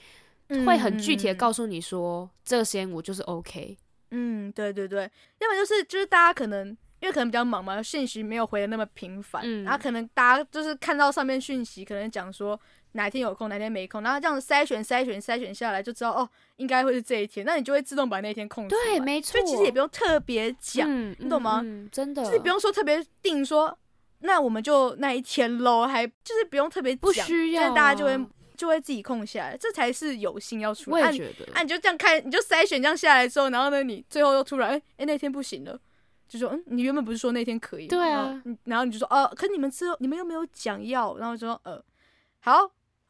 会很具体的告
诉。
诉你说，这个时间我就是 OK。
嗯，对对对，要么就是就是大家可能。因为可能比较忙嘛，讯息没有回的那么频繁，
嗯
然后可能大家就是看到上面讯息，可能讲说哪天有空，哪天没空，然后这样筛选筛选筛选下来，就知道哦，应该会是这一天，那你就会自动把那一天空出来。
对，没
啊
错。
所以其实也不用特别讲，
嗯、
你懂吗
嗯嗯真的，
就是不用说特别定说，那我们就那一天喽，还就是不用特别
不
讲
需要
这样大家就
啊
会就会自己空下来，这才是有心要出
我
来。
也
按
觉得，
按你就这样看，你就筛选这样下来之后，然后呢，你最后又突然哎哎、那天不行了。就说嗯，你原本不是说那天可以吗？
对啊
然后你，然后你就说哦、可你们之后你们又没有讲要，然后就说呃，好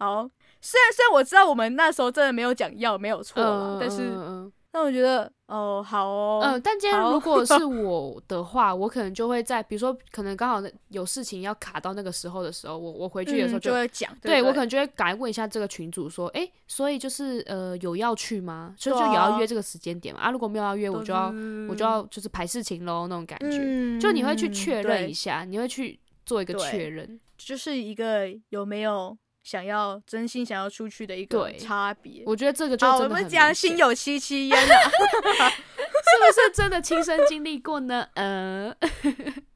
好，虽然虽然我知道我们那时候真的没有讲要，没有错啦，
嗯
但是
嗯
但我觉得哦好哦
嗯，嗯，但今天
好
如果是我的话，我可能就会在，比如说，可能刚好有事情要卡到那个时候的时候，我我回去的时候
嗯就会讲，
对
对
我可能就会赶快问一下这个群主说，诶，所以就是呃有要去吗？所以就
对啊
有要约这个时间点嘛。啊，如果没有要约，我就要我就
要。
要就是排事情喽那种感觉。
嗯
就你会去确认一
下，
下，你会去做一个
对
确认。
就是一个有没有想要真心想要出去的一个
对
差别。
我觉得这个就
好，
真
我
的
们
很明
讲
显
心有戚戚焉啊，
是不 是真的亲身经历过呢？呃，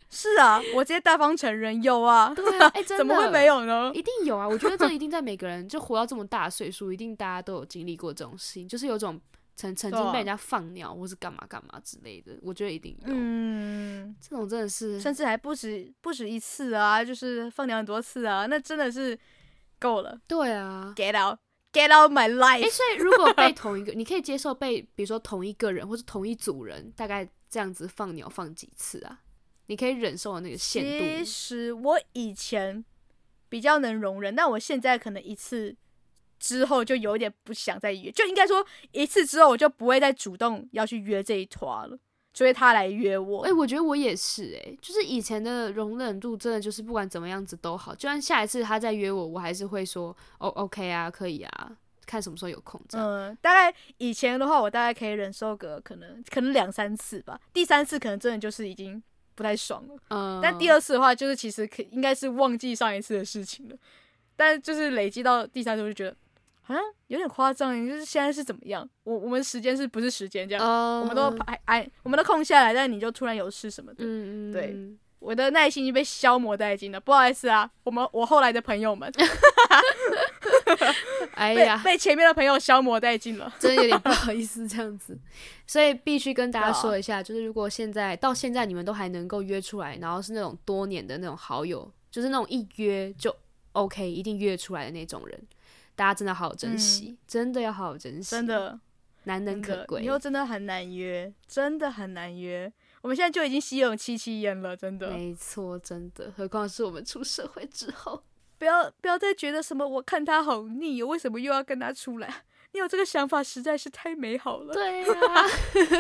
是啊，我直接大方承认有啊，
对啊，哎、真的
怎么会没？有呢？
一定有啊！我觉得这一定在每个人就活到这么大岁数，一定大家都有经历过这种事情，就是有种曾曾
对
经
啊
被人家放鸟或是干嘛干嘛之类的，我觉得一定有。
嗯，
这种真的是
甚至还不止不止一次啊，就是放鸟很多次啊，那真的是够了
对啊。
，get out。Get out my
哎、
life！、
所以如果被同一个，你 可以接受被，比如说同一个人或是同一组人，大概这样子放鸟放几次啊？你可以忍受的那个限
其
度，
实我以前比较能容忍，但我现在可能一次之后就有点不想再约，就应该说一次之后我就不会再主动要去约这一团了。追他来约我。
哎、我觉得我也是、哎，就是以前的容忍度真的就是不管怎么样子都好，就算下一次他再约我，我还是会说哦，OK 啊，可以啊，看什么时候有空这样。
嗯，大概以前的话，我大概可以忍受个可能可能两三次吧，第三次可能真的就是已经不太爽了。
嗯，
但第二次的话，就是其实可应该是忘记上一次的事情了，但就是累积到第三次，我就觉得好像有点夸张，欸就是现在是怎么样？我我们时间是不是时间这样？
嗯，
我们都排哎，我们都空下来，但你就突然有事什么的，
嗯嗯
对
嗯
我的耐心已经被消磨殆尽了。不好意思啊，我们我后来的朋友们
哎
被、
呀，
被前面的朋友消磨殆尽了。
真的有点不好意思这样子，所以必须跟大家
对啊
说一下，就是如果现在到现在你们都还能够约出来，然后是那种多年的那种好友，就是那种一约就 OK，一定约出来的那种人，大家真的好好珍惜， 真的要好好珍
嗯
惜，
真的，
难能
真
可
的，
贵
以，后真的很难约，真的很难约。我们现在就已经吸有七七烟了，真的，
没错，真的，何况是我们出社会之后，
不要不要再觉得什么我看他好腻，为什么又要跟他出来？ 你有这个想法实在是太美好了。
对啊，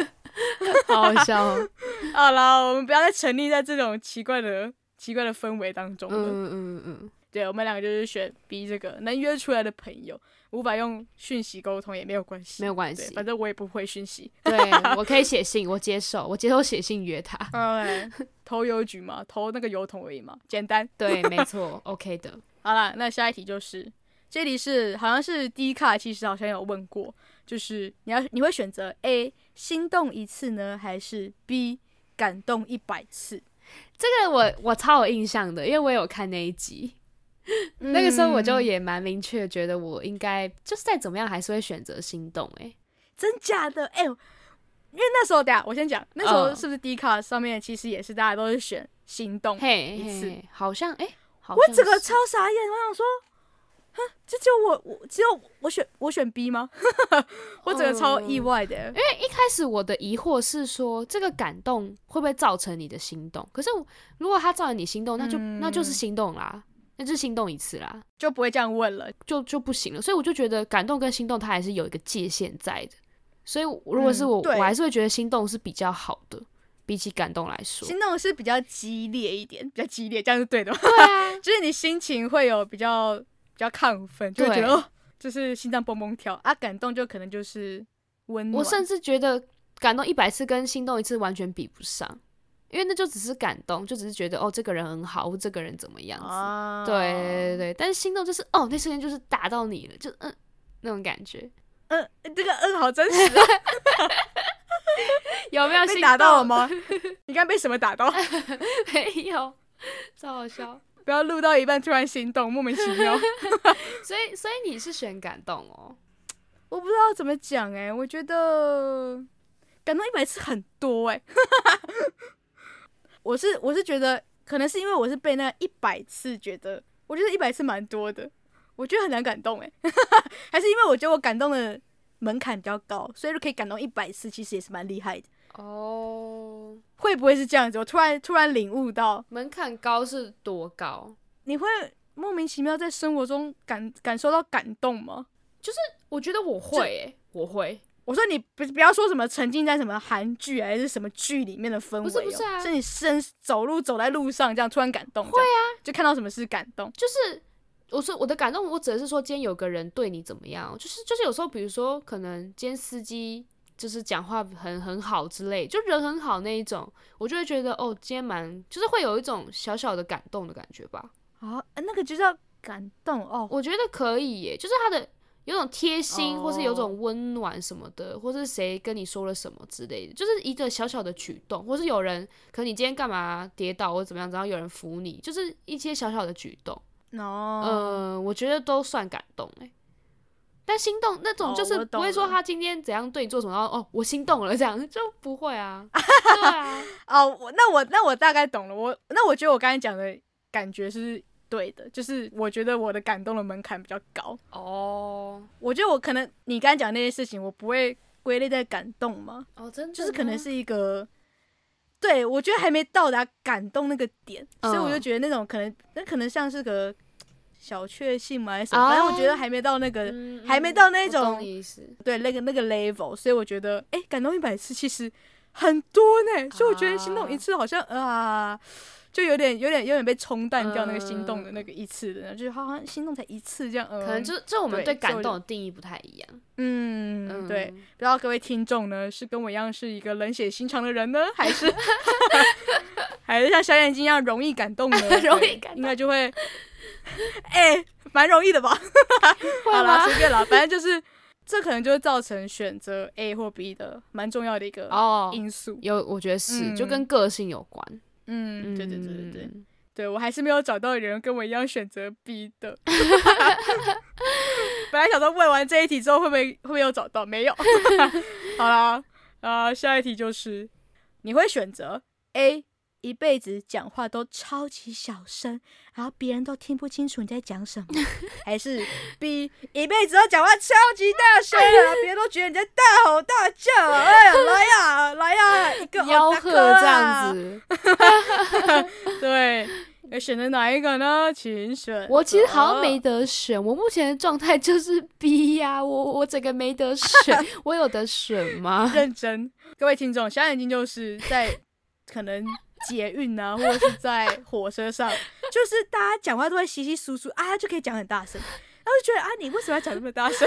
好好笑 哦，
好啦，我们不要再沉溺在这种奇怪的奇怪的氛围当中
嗯
了。
嗯嗯
对我们两个就是选 B 这个能约出来的朋友，无法用讯息沟通也没有关系，
没有关
对
系，
反正我也不会讯息。
对我可以写信，我接受，我接受写信 约他，
哎，投邮局嘛，投那个邮筒而已嘛，简单。
对，没错，OK 的。
好啦，那下一题就是，这题是好像是第一卡，其实好像有问过，就是你要你会选择 A 心动一次呢，还是 B 感动一百次？
这个我我超有印象的，因为我有看那一集，那个时候我就
嗯
也蛮明确，觉得我应该就是再怎么样还是会选择心动、欸。
真假的，哎、呦，因为那时候，等一下我先讲，那时候
嗯
是不是 D 卡上面其实也是大家都是选心动
哎，，嘿，
一次
嘿好像哎、好
我
像
整个
是
超傻眼，我想说，哼，这就我我只有我选我选 B 吗？ 我整个超意外的、
哦因为一开始我的疑惑是说，这个感动会不会造成你的心动？可是我如果他造成你心动，那就、那就是
嗯
心动啦，那就是心动一次啦，
就不会这样问了。
就就不行了。所以我就觉得感动跟心动它还是有一个界限在的。所以如果是
嗯
我，
对
我还是会觉得心动是比较好的，比起感动来说。
心动是比较激烈一点，比较激烈，这样是对的 吗？
对啊，
就是你心情会有比较比较亢奋，就会觉
对
得哦，就是心脏蹦蹦跳啊。感动就可能就是温暖，
我甚至觉得感动一百次跟心动一次完全比不上，因为那就只是感动，就只是觉得哦这个人很好，或这个人怎么样子。
啊
对对对对，但是心动就是哦那瞬间就是打到你了，就嗯那种感觉，
嗯，这个嗯好真实、啊，
有没有
被
心
打到了
动？
吗？ 你刚被什么打到？
没有，超好笑。
不要录到一半突然心动，莫名其妙。
所以所以你是选感动哦，
我不知道怎么讲哎、我觉得感动一百次很多哎、 我是我是觉得可能是因为我是被那一百次觉得，我觉得一百次蛮多的，我觉得很难感动哎、 还是因为我觉得我感动的门槛比较高，所以就可以感动一百次，其实也是蛮厉害的。
哦，
会不会是这样子？我突然突然领悟到，
门槛高是多高？
你会莫名其妙在生活中感感受到感动吗？
我觉得我会、欸，我会，
我说你不不要说什么沉浸在什么韩剧啊还是什么剧里面的氛围、哦，
不是不是啊
你身走路走在路上这样突然感动，会啊，就看到什么事感动，
就是我说我的感动，我指的是说今天有个人对你怎么样，就是就是有时候，比如说可能今天司机就是讲话很很好之类，就人很好那一种，我就会觉得哦，今天蛮就是会有一种小小的感动的感觉吧。
啊，那个就叫感动哦，
我觉得可以耶，就是他的有种贴心，
哦
或是有种温暖什么的，或是谁跟你说了什么之类的，就是一个小小的举动，或是有人可能你今天干嘛跌倒或怎么样，然后有人扶你，就是一些小小的举动。
哦，
呃，我觉得都算感动哎、但心动那种
哦
就是
我
不
懂
会说
了
他今天怎样对你做什么，然后哦我心动了这样就不会啊。 对啊，
哦，我那我那我大概懂了，我那我觉得我刚才讲的感觉是对的，就是我觉得我的感动的门槛比较高，
哦
我觉得我可能你刚才讲那些事情，我不会归类在感动吗？
哦，真的
就是可能
吗
是一个，对我觉得还没到达感动那个点，所以我就
嗯
觉得那种可能，那可能像是个小确幸嘛，还是什
啊
么，反正我觉得还没到那个，
嗯
还没
嗯
到那
我懂
种
你意思。
对那个那个 level，所以我觉得，哎，感动一百次其实很多呢，所以我觉得心动
啊
一次好像啊，就有点有点有点被冲淡掉那个心动的那
嗯
个一次的，就是好像心动才一次这样，可
可能就就我们
嗯对所
对感
以
动的定义不太一样。
嗯
嗯，
对，，不知道各位听众呢，是跟我一样是一个冷血心肠的人呢， 还是还是像小眼睛一样容易感动呢？
容易
对
感动
应该就会， 哎、蛮容易的吧？好
会
啦，
吗？
随便啦，反正就是这可能就会造成选择 A 或 B 的蛮重要的一个
哦，
因素。
有，我觉得是，就
嗯
跟个性有关。
嗯，对对对对对，
嗯
对我还是没有找到人跟我一样选择 B 的。本来想说问完这一题之后会不会会不会有找到，没有。 好啦，呃，下一题就是你会选择 A 一辈子讲话都超级小声，然后别人都听不清楚你在讲什 么，还是 B 一辈子都讲话超级大声，然后别人都觉得你在大吼大叫，哎呀来呀来呀，一个哦
吆喝这样
子。
子，
对，要选择哪一个呢？请选。哦
我其实
嗯
好像没。得选。我目前的状态就是 B 呀、我我整个没 得选，我有得选吗？
认真，各位听众，小眼睛就是在可能捷运 啊，或者是在火车上，就是大家讲话都会稀稀疏疏啊，他就可以讲很大声，然后就觉得啊，你为什么要讲那么大 声？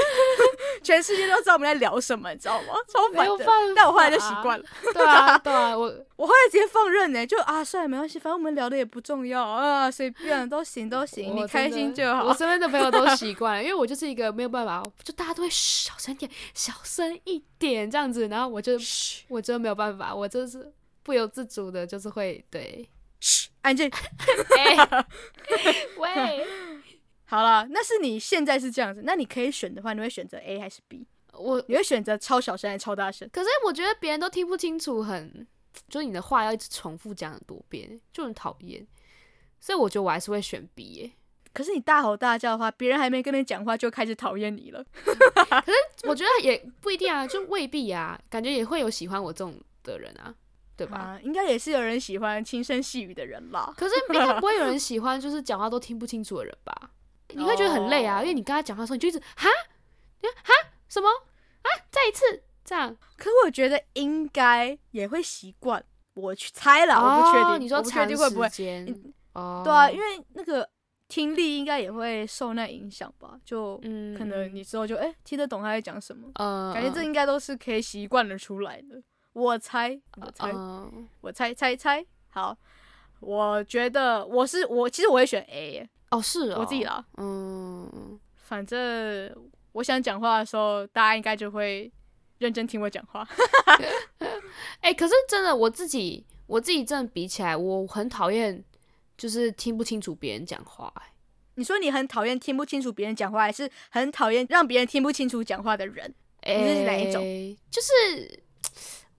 全世界都知道我们在聊什么，你知道吗？超
没
烦
有
的
办。法，
但我后来就习惯了，
对啊，对啊，我
我后来直接放任呢、就啊，算了，没关系，反正我们聊的也不重要啊，随便都行都 行，
我
你
真
开心
的
就好
我。身边的朋友都习惯了，因为我就是一个没有办法，就大家都会嘘小声一点，小声一点这样子，然后我就我真的没有办法，我就是不由自主的，就是会 对，
嘘，安静。
哎 喂，
好了，那是你现在是这样子，那你可以选的话，你会选择 A 还是 B？
我
你会选择超小声还是超大声？
可是我觉得别人都听不清楚很，就是你的话要一直重复讲很多遍，就很讨厌，所以我觉得我还是会选 B 耶、
可是你大吼大叫的话，别人还没跟你讲话就开始讨厌你了。
我觉得也不一定啊，就未必啊，感觉也会有喜欢我这种的人啊，对吧？
啊，应该也是有人喜欢轻声细语的人 啦。
可是应该不会有人喜欢就是讲话都听不清楚的人 吧？你会觉得很累啊，
哦
因为你跟他讲话的时候，你就一直哈，你就哈什么啊，再一次这样。
可我觉得应该也会习惯，我去猜啦，啊我不确定，
哦你说
我不确
长
定会不会
时？间
嗯
哦，
对啊，因为那个听力应该也会受那影响吧，就
嗯
可能你之后就哎、听得懂他在讲什么，
呃，
感觉这应该都是可以习惯的出来的。我猜，我猜，
嗯
我猜猜猜，好。我觉得我是我，其实我会选 A，耶、
哦是哦，
我自己啦，
嗯，
反正我想讲话的时候，大家应该就会认真听我讲话。
哎、可是真的我自己我自己真的比起来，我很讨厌就是听不清楚别人讲话、哎
你说你很讨厌听不清楚别人讲话，还是很讨厌让别人听不清楚讲话的人？你是哪一种
诶哎就是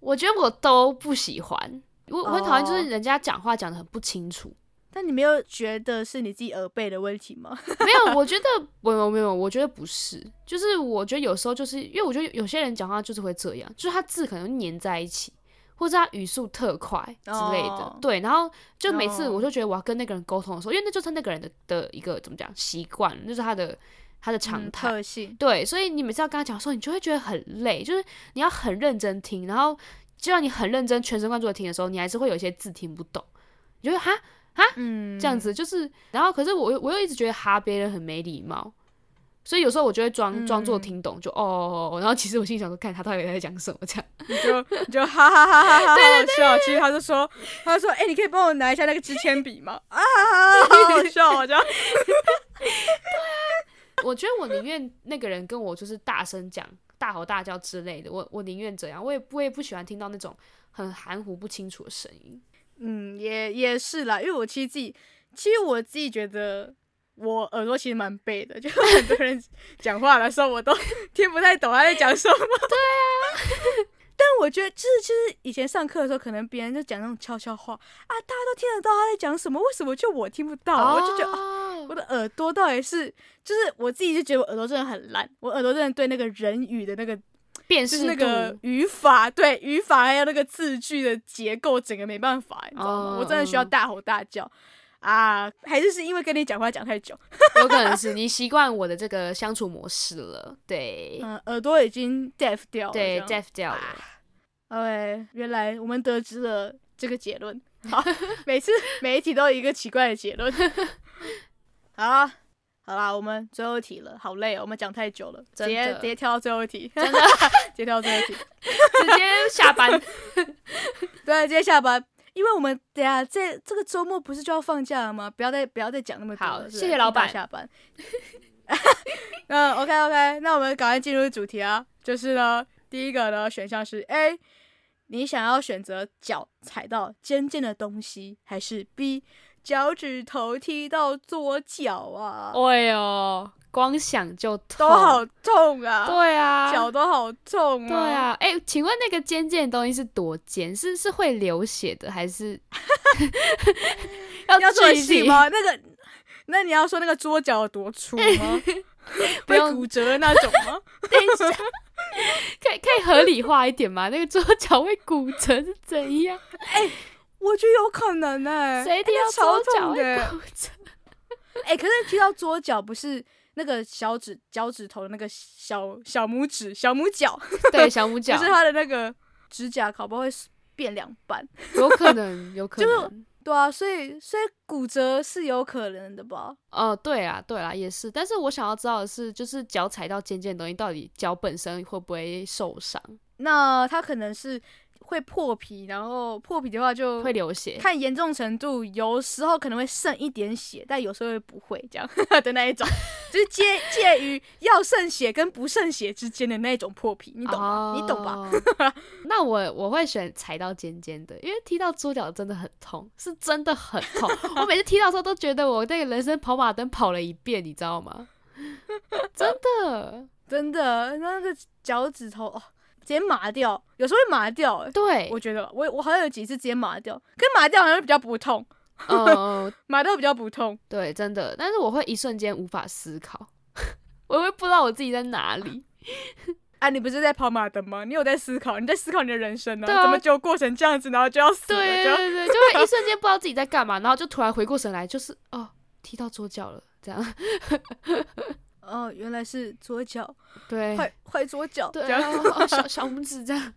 我觉得我都不喜欢，我我很讨厌就是
哦
人家讲话讲的很不清楚。
但你没有觉得是你自己耳背的问题吗？
没有，我觉得没有没有，我觉得不是，就是我觉得有时候就是因为我觉得有些人讲话就是会这样，就是他字可能粘在一起，或者他语速特快之类的
哦
对，然后就每次
哦
我就觉得我要跟那个人沟通的时候，因为那就是那个人的的一个怎么讲习惯，那、就是他的他的常
嗯
态、
特性。
对，所以你每次要跟他讲的时候，你就会觉得很累，就是你要很认真听，然后就算你很认真、全神贯注的听的时候，你还是会有一些字听不懂，你就会哈
嗯，
啊这样子，就是然后可是我又我又一直觉得哈别人很没礼貌，所以有时候我就会装装作
嗯
听懂，就哦哦哦，哦然后其实我心里想说，看他到底在讲什么这样。
你就你就哈哈哈哈哈，好好笑。其实他就说，他就说，哎、你可以帮我拿一下那个支铅笔吗？啊，好好笑，我就
我觉得我宁愿那个人跟我就是大声讲、大吼大叫之类的，我我宁愿这样，我也不我也不喜欢听到那种很含糊不清楚的声音。
嗯，也也是啦，因为我其实自己，其实我自己觉得我耳朵其实蛮背的，就 很多人讲话的时候，我都 听不太懂他在讲什么。 对啊， 但我觉得就是就是以前上课的时候，可能别人就讲那种悄悄话啊，大家都听得到他在讲什么，为什么就我听不到？我就觉得、啊
哦
我的耳朵到底是，就是我自己就觉得我耳朵真的很烂，我耳朵真的对那个人语的那个
辨
就
识
是那
度
个语法，对语法还有那个字句的结构，整个没办法，你知道吗？
哦
我真的需要大吼大叫啊！还是是因为跟你讲话讲太久，
有可能是你习惯我的这个相处模式了，对、
嗯嗯，耳朵已经 deaf 掉了，
对
这样
，deaf 掉了。
OK，原哎来我们得知了这个结论。好， 每次每一题都有一个奇怪的结论。 好啊，好啦，我们最后一题了，好累哦，我们讲太久了，直
真的
接直接跳到最后一题，真的，直接跳到最后一题。
直接下班。
对，直接下班，因为我们等下这这个周末不是就要放假了吗？不要再不要再讲那么多了。
好
是不是
谢谢老板
大下班。 嗯，OK OK，那我们赶快进入主题啊，就是呢，第一个呢选项是 A，你想要选择脚踩到尖尖的东西，还是 B 脚趾头踢到左脚啊？
哎呦，光想就痛。
都好痛啊，
对啊，
脚都好痛啊。
对啊。哎、请问那个尖尖的东西是多尖？是是会流血的，还 是
要
要
做
注
很
意
细吗？那个，那你要说那个桌角有多粗 吗？
不
会
用
骨折的那种吗？
可以可以合理化一点吗？那个桌角会骨折是怎样？
我觉得有可能哎、
谁一定要
那超
桌
痛的
角会
欸
骨折？
哎、可是提到桌角，不是那个小指脚趾头的那个小小拇指小拇角，
对，小拇
就
角
是它的那个指甲，搞不好会变两半。
有可 能，有可
就是
能。
对啊，所以所以骨折是有可能的吧？
哦，对啦，对啦，也是。但是我想要知道的是，就是脚踩到尖尖的东西，到底脚本身会不会受伤，
那它可能是会破皮，然后破皮的话就
会流血？
看严重程度，有时候可能会剩一点血，但有时候又不会这样 的那一种，就是介介于要剩血跟不剩血之间的那一种破皮，你懂
哦
吗？你懂吧？
吧？ 那我我会选踩到尖尖的，因为踢到桌角真的很痛，是真的很痛。我每次踢到的时候都觉得我那个人生跑马灯跑了一遍，你知道吗？真的，
真的，那个脚趾头哦，直接麻掉，有时候会麻掉、欸。
对
我，觉得我我好像有几次直接麻掉，跟麻掉好像比较不痛，
呃，
麻掉比较不痛。
对，真的。但是我会一瞬间无法思考，我会不知道我自己在 哪里。
啊，你不是在跑马灯吗？你有在思考，你在思考你的人生呢、
对啊
怎么就过成这样子，然后就要死了，
对
就
对对，对就会一瞬间不知道自己在干嘛，然后就突然回过神来，就是哦，踢到桌角了，这样。
哦，原来是左脚，
对，
坏坏左脚，
对
这样
啊，哦小小拇指这样。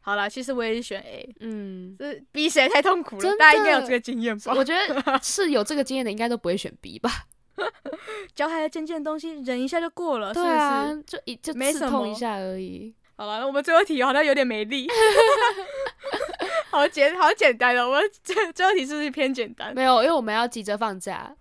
好啦，其实我也是选 A，
嗯，
这比谁太痛苦
真
了，
的
大家应该有这个经验吧？
我觉得是有这个经验的，应该都不会选 B 吧？
脚海的尖尖的东西忍一下就过 了，
对
是
啊
哦不是？，
就一就
没
刺
什
痛
么
一下而已。
好了，那我们最后一题好像有点没 力，好简好简单哦。我们最最后一题是不是偏简单？
没有，因为我们要急着放假。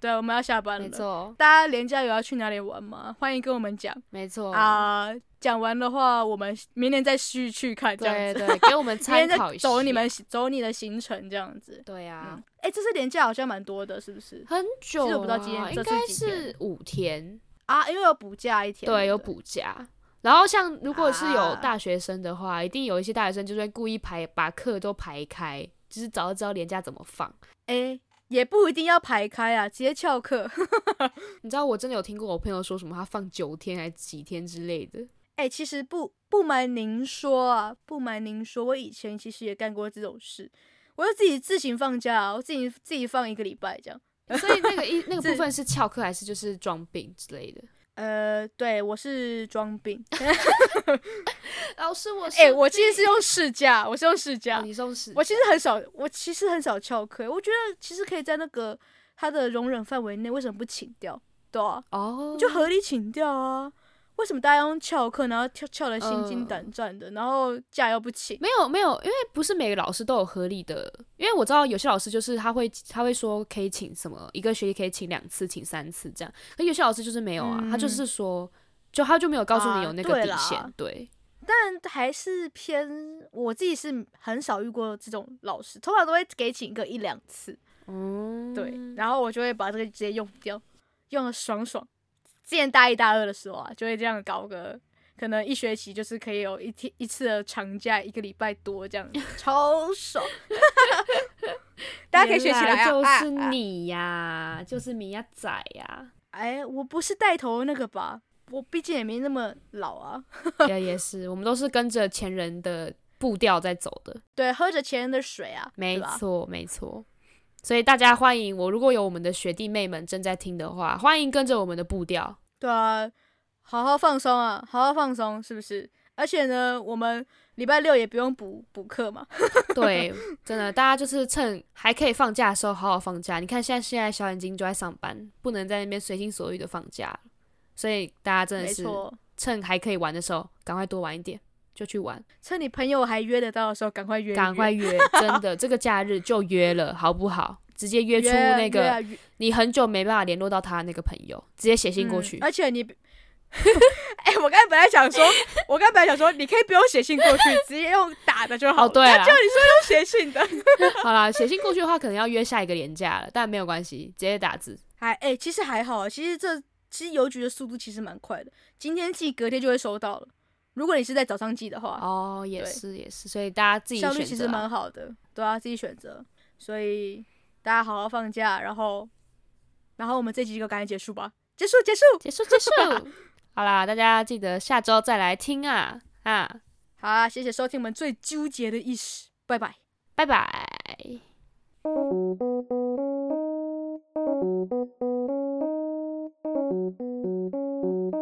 对，我们要下班
没
了。
错，
大家连假有要去哪里玩吗？欢迎跟我们讲
没错。
啊、讲完的话，我们明年再续去看这
对
样子。
对，给我们
明
参
天
考
再
一下。
走你们走你的行程这样子。
对啊
嗯，哎、这次连假好像蛮多的，是不是？
很久
其实我不知道今天
啊
这
应
次
该
几天
是五天。
啊，因为有补假一天。
对，有
不。
补假。然后像如果是有
啊
大学生的话，一定有一些大学生就是会故意排把课都排开，就是早就知道连假怎么放。
哎、也不一定要排开啊，直接翘课。
你知道我真的有听过我朋友说什么他放九天还是几天之类的，
哎、其实不不瞒您说啊，不瞒您说，我以前其实也干过这种事，我就自己自行放假、啊，我自己自己放一个礼拜这样。
所以那个一那个
这
部分是翘课还是就是装病之类 的？
呃，对，我是装病。
老师，我
哎、我其实是用试假，我是用试假。
哦你送死
我其实很少，我其实很少翘课。我觉得其实可以在那个他的容忍范围内，为什么不请掉？对啊，
哦，
就合理请掉啊。为什么大家用翘课，然后翘翘的心惊
嗯
胆战的，然后假又不请？
没有没有，因为不是每个老师都有合理的，因为我知道有些老师就是他会他会说可以请什么一个学期可以请两次，请三次这样，可有些老师就是没有啊，他就
嗯
是说就他就没有告诉
啊
你有那
对
个底
啦
线，对
但还是偏我自己是很少遇过这种老师，通常都会给请个一两次，
嗯
对，然后我就会把这个直接用掉，用的爽爽。之前大一大二的时候啊，就会这样搞个，可能一学期就是可以有一天一次的长假，一个礼拜多这样子，超 爽。大家可以学起来啊！
就是
啊啊
你呀、就是米呀仔呀、
哎，我不是带头那个吧？我毕竟也没那么老啊。
也也是，我们都是跟着前人的步调在走的，
对，喝着前人的水啊，对
没
吧？
错没错。所以大家欢迎我，如果有我们的学弟妹们正在听的话，欢迎跟着我们的 步调。
对啊，好好放松啊，好好放松，是不是？而且呢，我们礼拜六也不用补补课嘛。
对，真的，大家就是趁还可以放假的时候好好放假。你看现在现在小眼睛就在上班，不能在那边随心所欲的放假，所以大家真
没
的是
错，
趁还可以玩的时候，赶快多玩一点，就去玩，
趁你朋友还约得到的时候，赶快约一约，
赶快约，真的这个假日就约了，好不好？直接约出
约啊
那
约
个
啊约
你很久没办法联络到他的那个朋友，直接写信过去
嗯。而且你， 哎、我刚才本来想说，我刚才本来想说，你可以不用写信过去，直接用打的就好。
哦，对了，
就你说用写信的，
好啦，写信过去的话，可能要约下一个年假了，但没有关系，直接打字。
还哎、其实还好，其实这其实邮局的速度其实蛮快的，今天寄隔天就会收到了。如果你是在早上寄的话，
哦，也
对
是也是，所以大家自己
效率
选
其实
择啊。
蛮好的，对啊，自己选择。所以大家好好放假，然后，然后我们这集就赶紧结束吧，结束结束。
结束 结束，好啦，大家记得下周再来听啊啊，
好啊，谢谢收听我们最纠结的意识，拜拜。
拜拜。
Thank